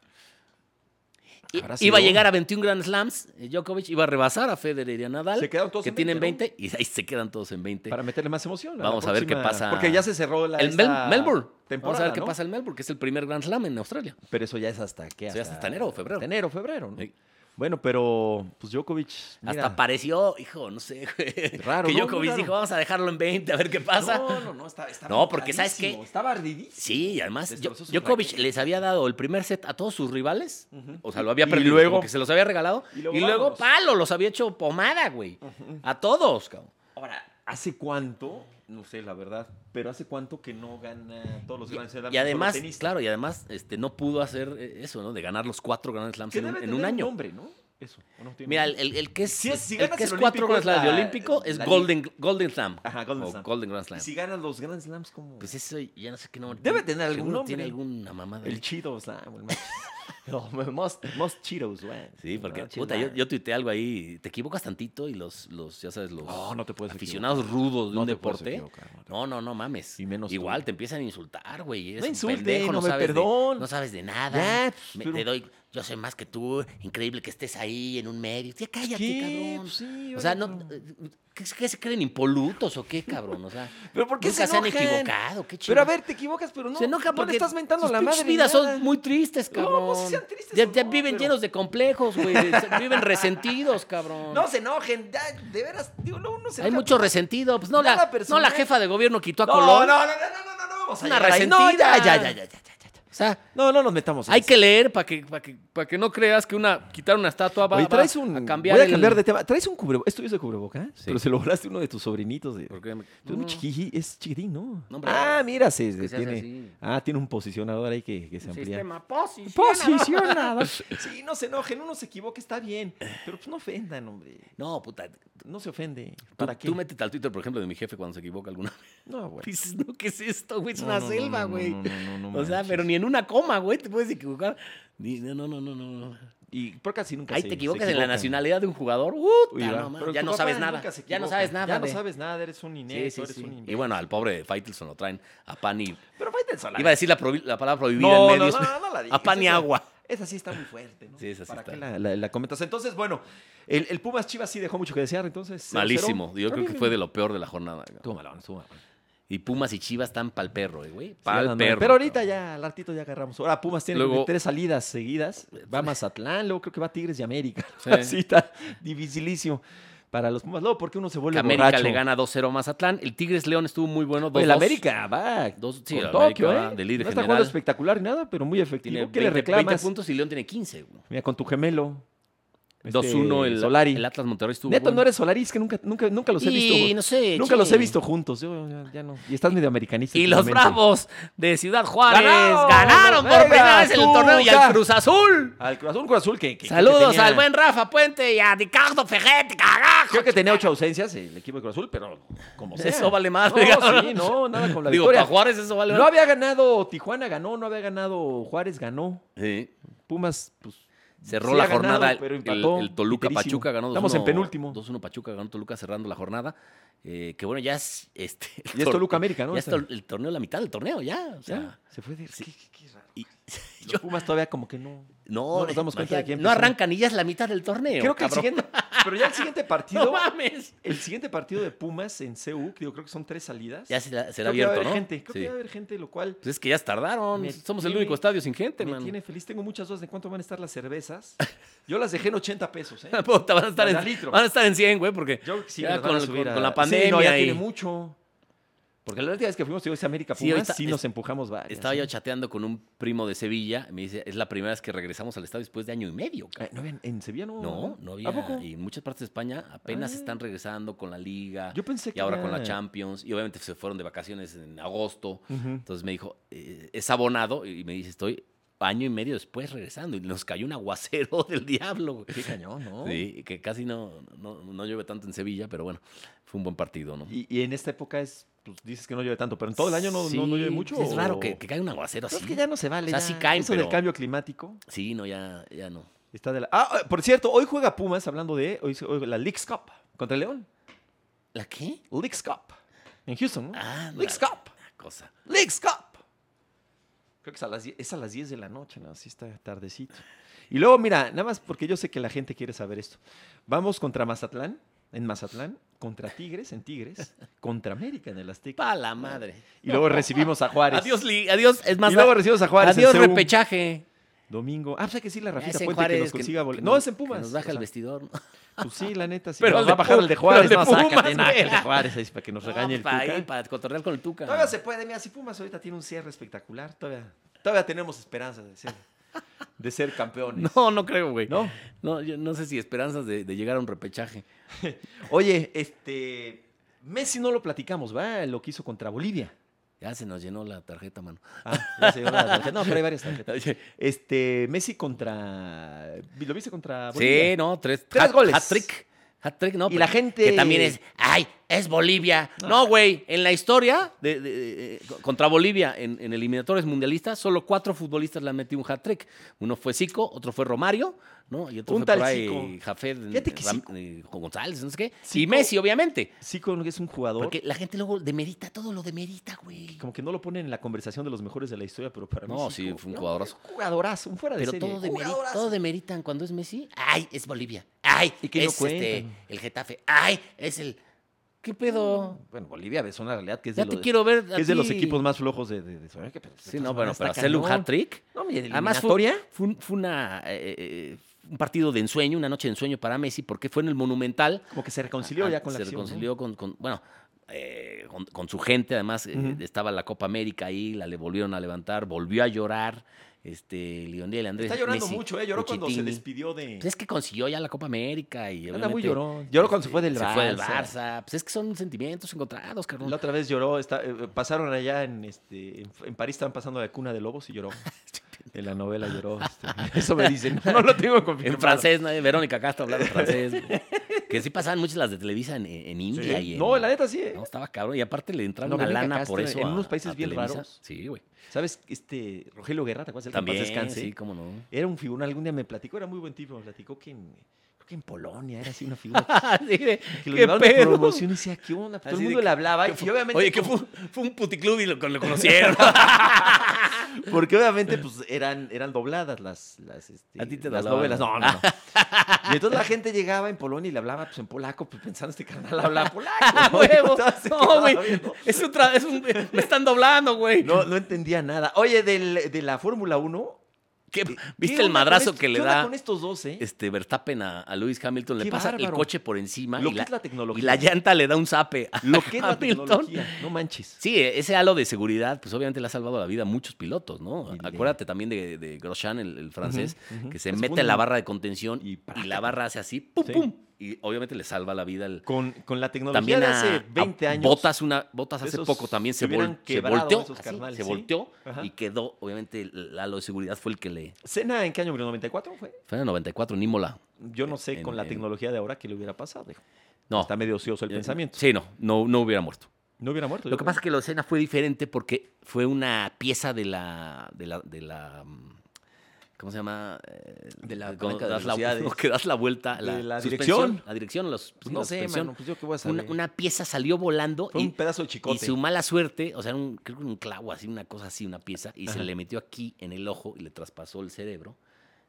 B: I-
A: Habrá sido.
B: iba a llegar a 21 Grand Slams. eh, Djokovic iba a rebasar a Federer y a Nadal.
A: Se quedaron todos
B: que
A: en
B: tienen
A: 20,
B: 20, y ahí se quedan todos en 20.
A: Para meterle más emoción. la
B: Vamos a ver qué
A: próxima-
B: pasa.
A: Porque ya se cerró la.
B: el Mel-
A: esta
B: Melbourne.
A: Temporada,
B: Vamos a ver qué
A: ¿no?
B: pasa en Melbourne, que es el primer Grand Slam en Australia.
A: Pero eso ya es hasta qué?
B: Eso ya es hasta enero o febrero.
A: hasta enero, febrero, ¿no?
B: Sí.
A: Bueno, pero pues Djokovic. mira,
B: Hasta pareció, hijo, no sé, güey,
A: Raro,
B: que
A: ¿no? Muy
B: Djokovic
A: raro.
B: dijo, vamos a dejarlo en 20, a ver qué pasa.
A: No, no, no, está, estaba
B: No, porque, ¿sabes qué?
A: ardidísimo, Estaba ardidísimo.
B: Sí, y además Djo-
A: Destrozó su
B: Djokovic
A: raqueta.
B: les había dado el primer set a todos sus rivales.
A: Ujú.
B: O sea, lo había
A: Y
B: perdido.
A: luego-
B: como que se los había regalado.
A: Y
B: Y
A: luego
B: luego,
A: vámonos.
B: palo, los había hecho pomada, güey. A todos, cabrón.
A: Ahora, ¿hace cuánto? No sé, la verdad, pero ¿hace cuánto que no gana todos los
B: Y,
A: Grand Slams?
B: y
A: un solo
B: además,
A: tenista?
B: claro, y además este, no pudo hacer eh, eso, ¿no? De ganar los cuatro Grand Slams
A: que
B: en, un-
A: debe
B: en un
A: tener
B: año.
A: nombre, ¿no? Eso. ¿o no tiene
B: Mira, el,
A: nombre?
B: el- el que es,
A: Si es- si
B: el
A: ganas
B: que es
A: el
B: cuatro
A: Olímpico
B: Grand
A: es
B: Slams de
A: la-
B: Olímpico es
A: la
B: Golden, Golden Slam.
A: Ajá, Golden
B: O
A: Slam.
B: Golden Grand Slam.
A: Y si ganan los Grand Slams, ¿cómo?
B: Pues eso ya no sé qué nombre.
A: Debe
B: tiene.
A: tener algún
B: Seguro
A: nombre.
B: Tiene alguna mamada.
A: el
B: ahí.
A: chido Slam. el más- <laughs> most, most Cheetos, güey.
B: Sí, porque
A: No,
B: puta, yo, yo tuiteé algo ahí, te equivocas tantito y los, los ya sabes, los
A: No, no te puedes
B: aficionados rudos de
A: No
B: un
A: te puedes
B: deporte.
A: equivocar, no te-
B: No, no, no mames.
A: Y menos tú.
B: Igual te empiezan a insultar, güey. eres
A: No
B: un
A: insulten,
B: pendejo,
A: no me
B: sabes de-
A: perdón.
B: no sabes de nada.
A: Ya, pues,
B: Me-
A: pero-
B: Te doy, yo sé más que tú, increíble que estés ahí en un medio. Ya cállate,
A: ¿Qué?
B: cabrón.
A: Pues sí,
B: o sea,
A: oye,
B: no, eh, ¿qué, qué se creen impolutos o qué, cabrón? O sea,
A: ¿Pero por qué
B: nunca
A: se
B: se han
A: enojan?
B: equivocado,
A: Pero a
B: qué chingado.
A: ver, te equivocas, pero no.
B: se enoja
A: no
B: porque
A: le estás mentando
B: sus
A: la
B: pinches
A: madre. ni
B: vidas
A: nada.
B: son muy tristes,
A: No,
B: cabrón.
A: pues sean tristes
B: ya
A: o
B: ya
A: no,
B: viven
A: pero-
B: llenos de complejos, güey. Se- viven resentidos, cabrón.
A: No se enojen, ya, de veras, digo, no, uno se
B: Hay
A: enoja
B: mucho resentido. Pues no,
A: Nada
B: la, no
A: personal.
B: la jefa de gobierno quitó a
A: No,
B: Colón.
A: No, no, no, no, no, no, no, vamos a
B: Una
A: llegar ahí. No,
B: resentida.
A: ya, ya, ya, ya, ya, ya, ya, ya.
B: O sea,
A: No, no nos metamos en
B: hay
A: eso.
B: que leer para que, pa' que, pa' que no creas que una quitar una estatua va,
A: Oye,
B: va
A: traes un...
B: a cambiar.
A: voy a cambiar
B: el-
A: de tema. Traes un cubreboca. ¿Esto es de cubreboca? Pero se lo volaste a uno de tus sobrinitos. De...
B: ¿Por qué?
A: Pues Es muy
B: No.
A: chiqui- es chiquitín, ¿no?
B: No, hombre.
A: ah, mira, se, se
B: se hace
A: tiene...
B: así.
A: Ah, tiene un posicionador ahí que, que se amplía.
B: Sistema posición. <laughs>
A: Posicionador. sí, no se enojen, uno se equivoca, está bien. Pero pues no ofendan, hombre.
B: No, puta. tú-
A: No se ofende. ¿Para qué?
B: Tú métete al Twitter, por ejemplo, de mi jefe cuando se equivoca alguna vez.
A: <laughs> No, güey.
B: Dices, no, ¿qué es esto, güey? Es
A: No, no,
B: una
A: no,
B: selva,
A: no, no,
B: güey.
A: no, no, no,
B: <laughs> o sea,
A: manches.
B: pero ni en una coma, güey, te puedes equivocar. Ni- no, no, no, no, no.
A: Y por casi nunca
B: Ahí
A: se-
B: te
A: se
B: equivocas en la
A: equivocan.
B: nacionalidad de un jugador.
A: Uy,
B: Puta,
A: va.
B: no, mames,
A: Pero
B: ya
A: tu
B: no
A: papá
B: sabes nada.
A: nunca se
B: Ya no
A: equivoca.
B: sabes nada.
A: Ya no
B: de-
A: sabes nada, eres un
B: Sí,
A: inepto,
B: sí,
A: eres
B: sí.
A: un
B: Y
A: imbécil.
B: bueno, al pobre Faitelson lo traen a pan y.
A: Pero Faitelson, la
B: Iba a decir la, provi- la palabra prohibida
A: No,
B: en
A: no,
B: <laughs> medios.
A: no, no la digas,
B: a pan y
A: esa-
B: agua.
A: Esa sí está muy fuerte, ¿no?
B: Sí, esa sí
A: ¿Para
B: está.
A: qué la, la- la comentas? Entonces, bueno, el, el Pumas Chivas sí dejó mucho que desear, entonces. cero,
B: Malísimo.
A: cero.
B: Yo
A: Pero
B: creo que
A: bien,
B: fue de
A: bien.
B: lo peor de la jornada. cabrón.
A: Estuvo malón, estuvo malón.
B: Y Pumas y Chivas están pa'l perro, eh, güey.
A: Sí,
B: Pa'l
A: andan mal.
B: perro.
A: Pero ahorita
B: cabrón.
A: ya, al ratito ya agarramos. Ahora Pumas tiene
B: Luego-
A: tres salidas seguidas. Va Mazatlán, luego creo que va Tigres y América.
B: Sí.
A: <laughs> Así está dificilísimo para los Pumas. Luego, porque uno se
B: Que
A: vuelve
B: América
A: borracho.
B: le gana 2-0 a Mazatlán. El Tigres León estuvo muy bueno. 2
A: Pues el América va
B: Dos- sí,
A: con
B: el
A: Tokio,
B: América va
A: ¿eh?
B: de líder
A: no está jugando
B: general.
A: espectacular ni nada, pero muy efectivo.
B: Tiene
A: ¿Qué
B: 20,
A: le reclamas?
B: 20 puntos y León tiene 15. güey.
A: Mira, con tu gemelo.
B: 2-1
A: este,
B: el,
A: Solari.
B: el Atlas Monterrey estuvo
A: Neta,
B: bueno.
A: no eres Solari, es que nunca, nunca, nunca los he visto.
B: Y no sé.
A: nunca
B: che.
A: los he visto juntos. Yo ya, ya no. Y estás medio americanista.
B: Y los
A: últimamente.
B: Bravos de Ciudad Juárez
A: ¡Ganaron!
B: ganaron,
A: Venga,
B: por primera vez en el
A: tú,
B: torneo y
A: ja.
B: al Cruz Azul.
A: Al Cruz Azul, Cruz Azul que. que- que
B: Saludos
A: tenía-
B: al buen Rafa Puente y a Ricardo Ferretti, carajo.
A: Creo que tenía ocho ausencias el equipo de Cruz Azul, pero como sea.
B: Eso vale madre,
A: No,
B: cabrón.
A: sí, no, nada con la
B: Digo,
A: victoria.
B: para Juárez eso vale
A: No había ganado Tijuana, ganó. No había ganado Juárez, ganó.
B: Sí.
A: Pumas, pues.
B: Cerró
A: sí
B: la
A: ha ganado,
B: jornada el-
A: pero
B: el,
A: empató,
B: el Toluca
A: piterísimo.
B: Pachuca ganó 2-1.
A: Estamos en penúltimo.
B: 2-1 Pachuca ganó Toluca cerrando la jornada. Eh, que bueno, ya es este el
A: Ya es
B: tor-
A: Toluca América, ¿no?
B: Ya es tol- el torneo, la mitad del torneo, ya. O sea,
A: Ya, se fue de.
B: sí.
A: qué- qué- qué raro.
B: y- <laughs>
A: Los
B: yo-
A: Pumas todavía como que no.
B: no,
A: No nos damos cuenta de
B: imagínate,
A: quién
B: No
A: empezó.
B: arrancan y ya es la mitad del torneo.
A: Creo que el
B: cabrón.
A: siguiente. Pero ya el siguiente partido.
B: <laughs> No mames.
A: El siguiente partido de Pumas en CU, que yo creo que son tres salidas.
B: Ya será,
A: Creo
B: será
A: que va a
B: abierto,
A: haber
B: ¿no?
A: gente, creo
B: Sí.
A: que va a haber gente, lo cual
B: Pues es que ya tardaron.
A: Me
B: Somos el
A: tiene-
B: único estadio sin gente,
A: me
B: man.
A: tiene feliz. Tengo muchas dudas de cuánto van a estar las cervezas. Yo las dejé en 80 pesos,
B: <laughs>
A: ¿eh?
B: <laughs> Puta, van a estar
A: Van al
B: en
A: litro.
B: van a estar en 100, güey, porque
A: Yo creo que sí
B: ya
A: las van
B: con,
A: a subir
B: con-
A: a-
B: con la
A: Sí, no,
B: pandemia
A: ya
B: y-
A: tiene mucho. Porque la última vez que fuimos, tío, es América
B: Sí,
A: Pumas, sí,
B: ahorita
A: nos
B: es-
A: empujamos varias.
B: estaba
A: ¿eh?
B: yo chateando con un primo de Sevilla, y me dice, "Es la primera vez que regresamos al estadio después de año y medio."
A: Eh,
B: cabrón".
A: no habían- en Sevilla no.
B: No, no había.
A: ¿A poco?
B: Y en muchas partes de España apenas
A: Ah.
B: están regresando con la liga.
A: Yo pensé que
B: y ahora con la
A: ya-
B: Champions. Y obviamente se fueron de vacaciones en agosto.
A: Ujú.
B: Entonces me dijo, "Eh, es abonado. Y me dice, estoy año y medio después regresando. Y nos cayó un aguacero <laughs> del diablo. güey.
A: Qué cañón, ¿no?
B: Sí, que casi no, no, no llueve tanto en Sevilla, pero bueno, fue un buen partido, ¿no?
A: Y, y en esta época es, pues, dices que no llueve tanto, pero en todo el año no, no- no llueve
B: Sí,
A: mucho.
B: Es raro
A: o-
B: Pues que, que caiga un aguacero
A: No,
B: así.
A: es que ya no se vale.
B: O sea,
A: ya.
B: sí caen,
A: Eso del
B: pero-
A: cambio climático
B: Sí, no, ya, ya no.
A: está de la. Ah, eh, por cierto, hoy juega Pumas, hablando de hoy, se- hoy la Leagues Cup contra el León.
B: ¿La qué?
A: Leagues Cup en Houston, ¿no?
B: Ah,
A: Leagues
B: la-
A: Cup.
B: la cosa.
A: Leagues Cup. Creo que es a las 10, es a las 10 de la noche, ¿no? Así está tardecito. Y luego, mira, nada más porque yo sé que la gente quiere saber esto. Vamos contra Mazatlán, en Mazatlán, contra Tigres, en Tigres, <laughs> contra América en el Azteca.
B: Pa' la madre.
A: Y luego recibimos a Juárez.
B: Adiós, li- adiós. Es más,
A: y luego
B: da-
A: recibimos a Juárez. en
B: adiós,
A: CU.
B: repechaje.
A: Domingo. Ah, pues hay que decirle a Rafita
B: Es en
A: Puente que nos
B: Juárez, que-
A: consiga boletos.
B: que
A: No,
B: nos-
A: es en Pumas.
B: que Nos baja
A: O
B: el
A: sea,
B: vestidor. ¿no?
A: Pues sí, la neta, sí.
B: Pero
A: Pero
B: el
A: va a
B: de
A: bajar
B: Pu-
A: el de Juárez,
B: pero
A: no,
B: el de
A: sácate
B: Pumas,
A: nada, el de
B: güey.
A: Juárez, ahí, para que nos regañe el
B: para, Ah, ahí,
A: Tuca.
B: para cotorrear con el Tuca.
A: Todavía se puede, mira, si Pumas ahorita tiene un cierre espectacular, todavía, todavía tenemos esperanzas de ser, de ser campeones.
B: <laughs> No, no creo, güey.
A: ¿No?
B: No, yo no sé si esperanzas de, de llegar a un repechaje.
A: Oye, este, Messi no lo platicamos, ¿va? Lo que hizo contra Bolivia.
B: Ya se nos llenó la tarjeta, mano.
A: Ah, ya se dio la tarjeta. No, pero hay varias tarjetas.
B: Oye,
A: Este, Messi contra, ¿lo viste contra Bolivia?
B: Sí, no, tres,
A: Tres
B: hat-
A: goles.
B: Hat-trick. Hat-trick, no.
A: Y
B: pero
A: la gente-
B: Que también es, ay, es Bolivia. No, güey, en la historia de- de- de- contra Bolivia en, en eliminatorias mundialistas, solo cuatro futbolistas le han metido un hat-trick. Uno fue Zico, otro fue Romario, ¿no? Y otro
A: Un
B: fue
A: tal
B: por ahí
A: Zico.
B: Jafet,
A: Fíjate que
B: Ram-
A: Zico-
B: eh, González, no sé qué. Y
A: Zico-
B: Messi, obviamente.
A: Sí, con que es un jugador.
B: Porque la gente luego demerita, todo lo demerita, güey.
A: Como que no lo ponen en la conversación de los mejores de la historia, pero para mí.
B: No, sí, fue un jugadorazo.
A: Un "Oh, jugadorazo, un fuera de
B: Pero
A: serie.
B: todo, demeri-
A: Jugadorazo.
B: todo demeritan cuando es Messi. Ay, es Bolivia. Ay,
A: ¿Y qué no
B: es este,
A: cuentan?
B: el Getafe. Ay, es el... ¿Qué pedo?
A: Bueno, Bolivia es una realidad que es,
B: Ya
A: de,
B: te
A: los-
B: quiero ver a
A: que es de los
B: ti.
A: equipos más flojos de. de, de- de-
B: Sí,
A: de-
B: no, bueno,
A: pues, está
B: pero hacerle un
A: cañón.
B: hat-trick.
A: No, mira,
B: Además fue, fue, un- fue una, eh, eh, un partido de ensueño, una noche de ensueño para Messi, porque fue en el Monumental. Ah,
A: como que se reconcilió ya con
B: se
A: la acción, ¿no?
B: reconcilió con, con- bueno, eh, con, con su gente. Además, eh,
A: Ujú.
B: estaba la Copa América ahí, la le volvieron a levantar, volvió a llorar. Este, Lionel Andrés
A: Está llorando
B: Messi,
A: mucho, ¿eh? Lloró cuando se
B: Pochettino.
A: despidió de.
B: Pues es que consiguió ya la Copa América y
A: Anda muy
B: obviamente,
A: llorón. Lloró cuando se
B: este,
A: fue del Barça.
B: fue del Barça. Pues es que son sentimientos encontrados, carnal.
A: La otra vez lloró. está- eh, pasaron allá en, este, en, en París, estaban pasando la cuna de lobos y lloró. <laughs> en la novela lloró. este. <laughs> Eso me dicen. No, no lo tengo confirmado.
B: En francés, nadie- Verónica
A: <laughs>
B: Castro hablaba en francés. güey. que sí pasaban muchas las de Televisa en, en
A: Sí.
B: India. y en-
A: No, la neta sí. ¿eh?
B: No, estaba cabrón. Y aparte le entraba
A: No,
B: una
A: Verónica
B: lana
A: Castro
B: por eso.
A: en
B: a-
A: unos países
B: a
A: bien
B: Televisa.
A: raros.
B: Sí, güey.
A: ¿Sabes? Este, Rogelio Guerra, ¿te acuerdas? El que en paz
B: También,
A: descanse.
B: sí, cómo no.
A: Era un figurón. Algún día me platicó, era muy buen tipo. Me platicó que en, creo que en Polonia era <laughs> así una
B: <laughs>
A: figura.
B: Así de,
A: Que lo
B: ¿qué
A: llevaron de
B: pedo?
A: promoción y decía, ¿qué onda? Todo el
B: Así de
A: mundo
B: que-
A: le hablaba. y obviamente
B: Oye, que fue, fue un puticlub y lo, lo conocieron.
A: <laughs> Porque
B: <laughs>
A: obviamente pues eran, eran dobladas las, las, este,
B: A ti te
A: las
B: doblaban,
A: novelas.
B: ¿no?
A: No, no, no.
B: <laughs>
A: Y entonces la gente llegaba en Polonia y le hablaba pues, en polaco, pues, pensando este canal
B: <laughs>
A: habla polaco.
B: ¡Ah,
A: ¿no?
B: huevo!
A: Entonces, se
B: No,
A: quedaba
B: güey.
A: viendo.
B: Es un tra- es un- me están doblando, güey.
A: No, no entendía nada. Oye, del- de la Fórmula 1.
B: ¿Qué-
A: ¿qué-
B: Eh, ¿Viste
A: qué
B: el
A: onda
B: madrazo
A: con esto-
B: que le
A: ¿qué onda
B: da?
A: con estos dos, eh?
B: este Verstappen a, a Lewis Hamilton le
A: ¡Qué
B: pasa el
A: bárbaro!
B: coche por encima
A: Lo
B: y
A: que
B: la,
A: es la
B: y
A: tecnología.
B: la llanta le da un zape <laughs> a
A: Lo que es la
B: Hamilton.
A: tecnología. No manches.
B: Sí, e, ese halo de seguridad, pues obviamente le ha salvado la vida a muchos pilotos, ¿no?
A: Y le-
B: Acuérdate también de, de Grosjean, el, el francés,
A: Ujú, ujú.
B: que se
A: Es
B: mete
A: un-
B: en la barra de contención
A: y
B: y,
A: prácata.
B: la barra hace así, pum,
A: Sí.
B: pum. Y obviamente le salva la vida al.
A: Con, con la tecnología
B: También
A: de
B: a-
A: hace
B: a
A: 20 años.
B: Botas, una, botas hace
A: esos
B: poco también se,
A: se hubieran
B: vol- se
A: quebrado
B: volteó.
A: esos
B: así,
A: carnales,
B: se
A: ¿sí?
B: volteó
A: Ajá.
B: y quedó, obviamente, el el halo de seguridad fue el que le.
A: ¿Cena en qué año? murió? ¿94 fue?
B: Fue en el 94, en Imola.
A: Yo no sé
B: En-
A: con la
B: en-
A: tecnología de ahora qué le hubiera pasado. hijo.
B: No.
A: Está medio ocioso el
B: Eh,
A: pensamiento.
B: Sí, no, no, no hubiera muerto.
A: No hubiera muerto.
B: Lo que pasa es que la escena fue diferente porque fue una pieza de la. De la, de la mm, ¿Cómo se llama? Eh,
A: De la
B: cuando
A: palanca de
B: das la-
A: velocidades.
B: no, que das la vuelta. <laughs>
A: De
B: La,
A: la
B: suspensión,
A: dirección.
B: La dirección, o la sus- sí,
A: no
B: la
A: sé,
B: suspensión.
A: mano. Pues yo qué voy a saber.
B: Una, una pieza salió volando
A: Fue un
B: y,
A: pedazo de
B: y
A: chicote.
B: su mala suerte, o sea, un, creo que un clavo así, una cosa así, una pieza, y se
A: Ajá.
B: le metió aquí en el ojo y le traspasó el cerebro.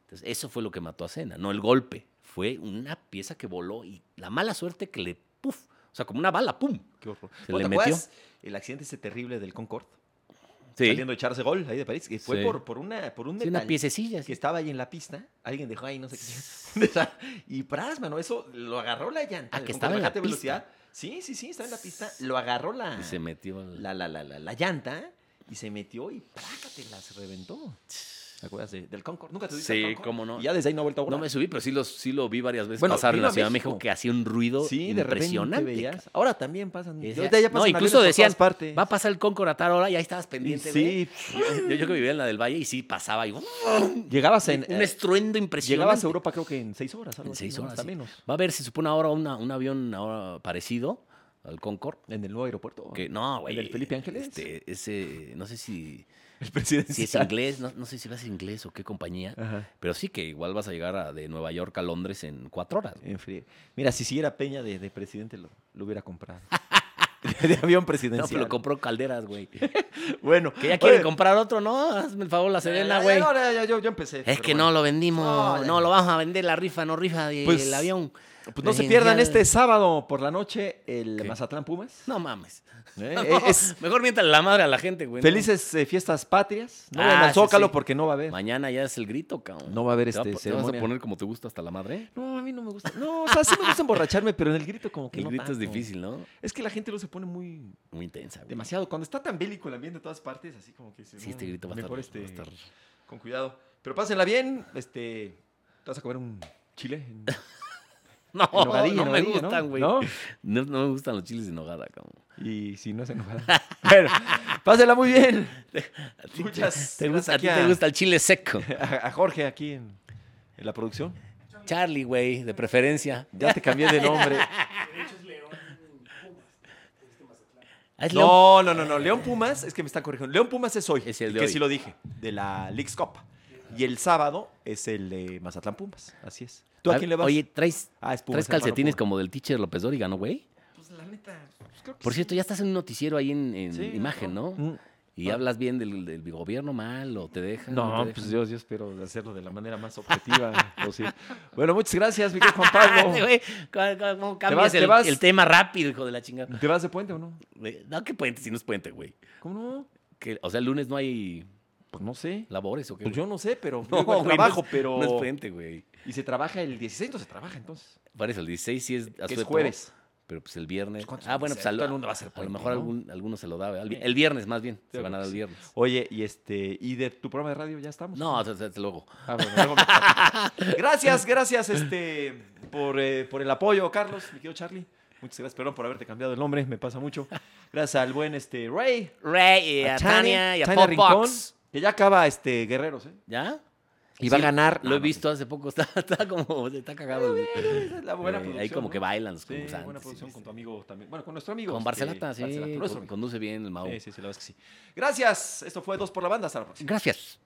B: Entonces, eso fue lo que mató a Cena, no el golpe. Fue una pieza que voló y la mala suerte que le. ¡Puf! O sea, como una bala, ¡pum!
A: Qué horror.
B: Se
A: ¿No
B: le
A: te
B: metió.
A: acuerdas El accidente ese terrible del Concorde. Saliendo de Charles de Gaulle, ahí de París. Que fue
B: Sí.
A: por, por, una, por un
B: Sí,
A: metal
B: una piececilla.
A: que
B: sí.
A: estaba ahí en la pista. Alguien dejó ahí, no sé <laughs>
B: <laughs>
A: qué. y pras, mano. Eso lo agarró la llanta.
B: Ah,
A: del Concorde,
B: que estaba en la
A: bajate de
B: pista.
A: velocidad. Sí, sí, sí. Estaba en la pista. Lo agarró la,
B: Y se metió al-
A: la, la, la, la, la llanta y se metió y prácate, las reventó. ¿Te acuerdas de- del Concorde? Nunca te diste
B: Sí,
A: al Concorde?
B: cómo no.
A: Y ya desde ahí no ha vuelto a
B: No
A: volar.
B: me subí, pero sí, los, sí lo vi varias veces
A: Bueno,
B: pasar en
A: vino
B: la
A: a
B: Ciudad de México
A: México.
B: que hacía un ruido
A: Sí, de repente
B: impresionante.
A: veías. Ahora también pasan. yo-
B: Y decía-
A: ya- ya
B: no,
A: pasan
B: incluso
A: aviones por
B: decían,
A: todas partes.
B: va a pasar el Concorde a tal hora y ahí estabas
A: Y
B: pendiente. güey.
A: Sí,
B: Yo, yo que vivía en la del Valle y sí pasaba y ¡uh!
A: llegabas en.
B: un
A: eh,
B: estruendo impresionante.
A: llegabas a Europa, creo que en seis horas. algo
B: En
A: así,
B: seis
A: ¿no?
B: horas,
A: Hasta
B: sí.
A: menos.
B: Va a haber, se supone ahora, una- un avión ahora parecido al Concorde.
A: En el nuevo aeropuerto.
B: Que no, güey.
A: ¿El del Felipe Ángeles?
B: Este, ese, no
A: <laughs>
B: sé si,
A: El presidente.
B: si es inglés, no, no sé si va a ser inglés o qué compañía.
A: Ajá.
B: Pero sí que igual vas a llegar a- de Nueva York a Londres en cuatro horas.
A: En frío. Mira, si siguiera Peña de, de presidente, lo, lo hubiera comprado. <laughs> de avión
B: No,
A: presidencial.
B: pero compró
A: <laughs>
B: calderas, güey. Que
A: Bueno.
B: ya quiere
A: oye,
B: comprar otro, ¿no? Hazme el favor, la Serena,
A: ya,
B: güey.
A: ya, ya, ya, yo, yo empecé.
B: Es
A: pero
B: que
A: bueno.
B: no lo vendimos,
A: No,
B: no,
A: ya.
B: lo vamos a vender, la rifa no rifa del
A: Pues,
B: avión.
A: Pues no se
B: Presidencial.
A: pierdan este sábado por la noche el
B: ¿Qué?
A: Mazatlán Pumas.
B: No mames.
A: <laughs> Eh,
B: No,
A: eh, es
B: <laughs> Mejor mientale la madre a la gente, güey. ¿no?
A: felices eh, fiestas patrias. No
B: Ah,
A: vayan al
B: sí,
A: Zócalo
B: sí.
A: porque no va a haber.
B: Mañana ya es el grito, cabrón.
A: No va a haber
B: ¿Te, va-
A: este
B: te vas a
A: ceremonia.
B: poner como te gusta hasta la madre?
A: No, a mí no me gusta. No, o sea, sí me gusta emborracharme, pero en el grito como que
B: El
A: no
B: grito es
A: tanto.
B: difícil, ¿no?
A: Es que la gente no se pone muy
B: Muy intensa, güey.
A: demasiado. Cuando está tan bélico el ambiente de todas partes, así como que... dices,
B: Sí, este
A: "No,
B: grito va a estar.
A: mejor
B: va a
A: este,
B: estar-
A: Con cuidado. Pero pásenla bien. Este, ¿Te vas a comer un chile? En,
B: <laughs> No,
A: en Hogadilla,
B: Oh, no
A: en
B: me
A: Hogadilla, ¿no?
B: gustan, güey.
A: ¿No?
B: No, no me gustan los chiles de nogada, cabrón.
A: Y si no es enojada. <laughs> bueno, pásenla muy bien.
B: <laughs> A ti te-
A: Muchas
B: te
A: gracias
B: gusta- a
A: aquí
B: ti
A: a-
B: te gusta el chile seco.
A: A, a Jorge aquí en, en la producción.
B: Charlie, güey, de preferencia.
A: Ya te cambié
B: <laughs>
A: de nombre.
B: Ah, es León.
A: No, no, no, no. León Pumas, es que me están corrigiendo. León Pumas es hoy.
B: Es el de
A: que
B: hoy.
A: sí lo dije. De la Leagues Cup. Y el sábado es el de Mazatlán Pumas. Así es. ¿Tú a
B: Ah,
A: quién le vas?
B: Oye, traes
A: Ah, es Pumas,
B: Tres
A: hermano,
B: calcetines
A: Pumas.
B: como del teacher López Dóriga, ¿no, güey? Por cierto, ya estás en un noticiero ahí en, en
A: Sí,
B: imagen, ¿no?
A: Mm.
B: Y hablas bien del, del gobierno mal o te dejan.
A: No,
B: te
A: pues
B: dejan.
A: yo, yo espero hacerlo de la manera más objetiva <laughs> posible. Bueno, muchas gracias, mi querido <laughs>
B: <laughs>
A: Juan Pablo.
B: Güey, ¿cómo- cómo- cómo
A: vas,
B: cambias
A: te
B: el,
A: vas.
B: el tema rápido, hijo de la chingada?
A: ¿Te vas de puente o no?
B: Güey, No, que puente, si no es puente, güey.
A: ¿Cómo no?
B: Que- O sea, el lunes no hay
A: Pues no sé.
B: labores o qué.
A: Pues
B: güey?
A: yo no sé, pero
B: <laughs> No,
A: yo digo, el
B: güey, no
A: trabajo,
B: es-
A: pero.
B: No es puente, güey.
A: y se trabaja el 16, no se trabaja entonces.
B: Por eso, el 16 sí es
A: Que
B: asueto,
A: es jueves.
B: Pero pues el viernes.
A: Pues, ¿cuántos
B: ah, bueno,
A: van a
B: pues
A: ser?
B: al,
A: Todo el mundo va a ser
B: a lo
A: puente,
B: mejor
A: ¿no?
B: algún- alguno se lo da. ¿verdad? El viernes más bien. se
A: Yo
B: van a
A: creo
B: dar el
A: que
B: viernes.
A: Oye, y este, y de tu programa de radio ya estamos.
B: No, o sea, hasta luego.
A: Ah, bueno, luego me platicas. gracias, gracias, este, por, eh, por el apoyo, Carlos, mi querido Charlie. Muchas gracias, perdón por haberte cambiado el nombre, me pasa mucho. Gracias al buen este Ray,
B: Ray y a, Tania y a Pop
A: Rincón,
B: Box.
A: que ya acaba este Guerreros, ¿eh?
B: ¿Ya?
A: Y va a ganar-
B: Lo
A: no,
B: he
A: no,
B: visto hace poco. <laughs> Está, está como. Está cagado. el-
A: La buena
B: eh,
A: producción.
B: ahí como
A: ¿no?
B: que bailan los
A: Sí,
B: concursantes,
A: buena
B: sí,
A: producción
B: sí,
A: con
B: sí.
A: tu amigo también. Bueno, con nuestro amigo.
B: Con
A: este,
B: Barcelata, sí.
A: Barcelata, nuestro
B: con-
A: amigo.
B: conduce bien el Mau.
A: Sí, sí, sí, la verdad es que sí. Gracias, esto fue Dos por la Banda, hasta la próxima.
B: Gracias.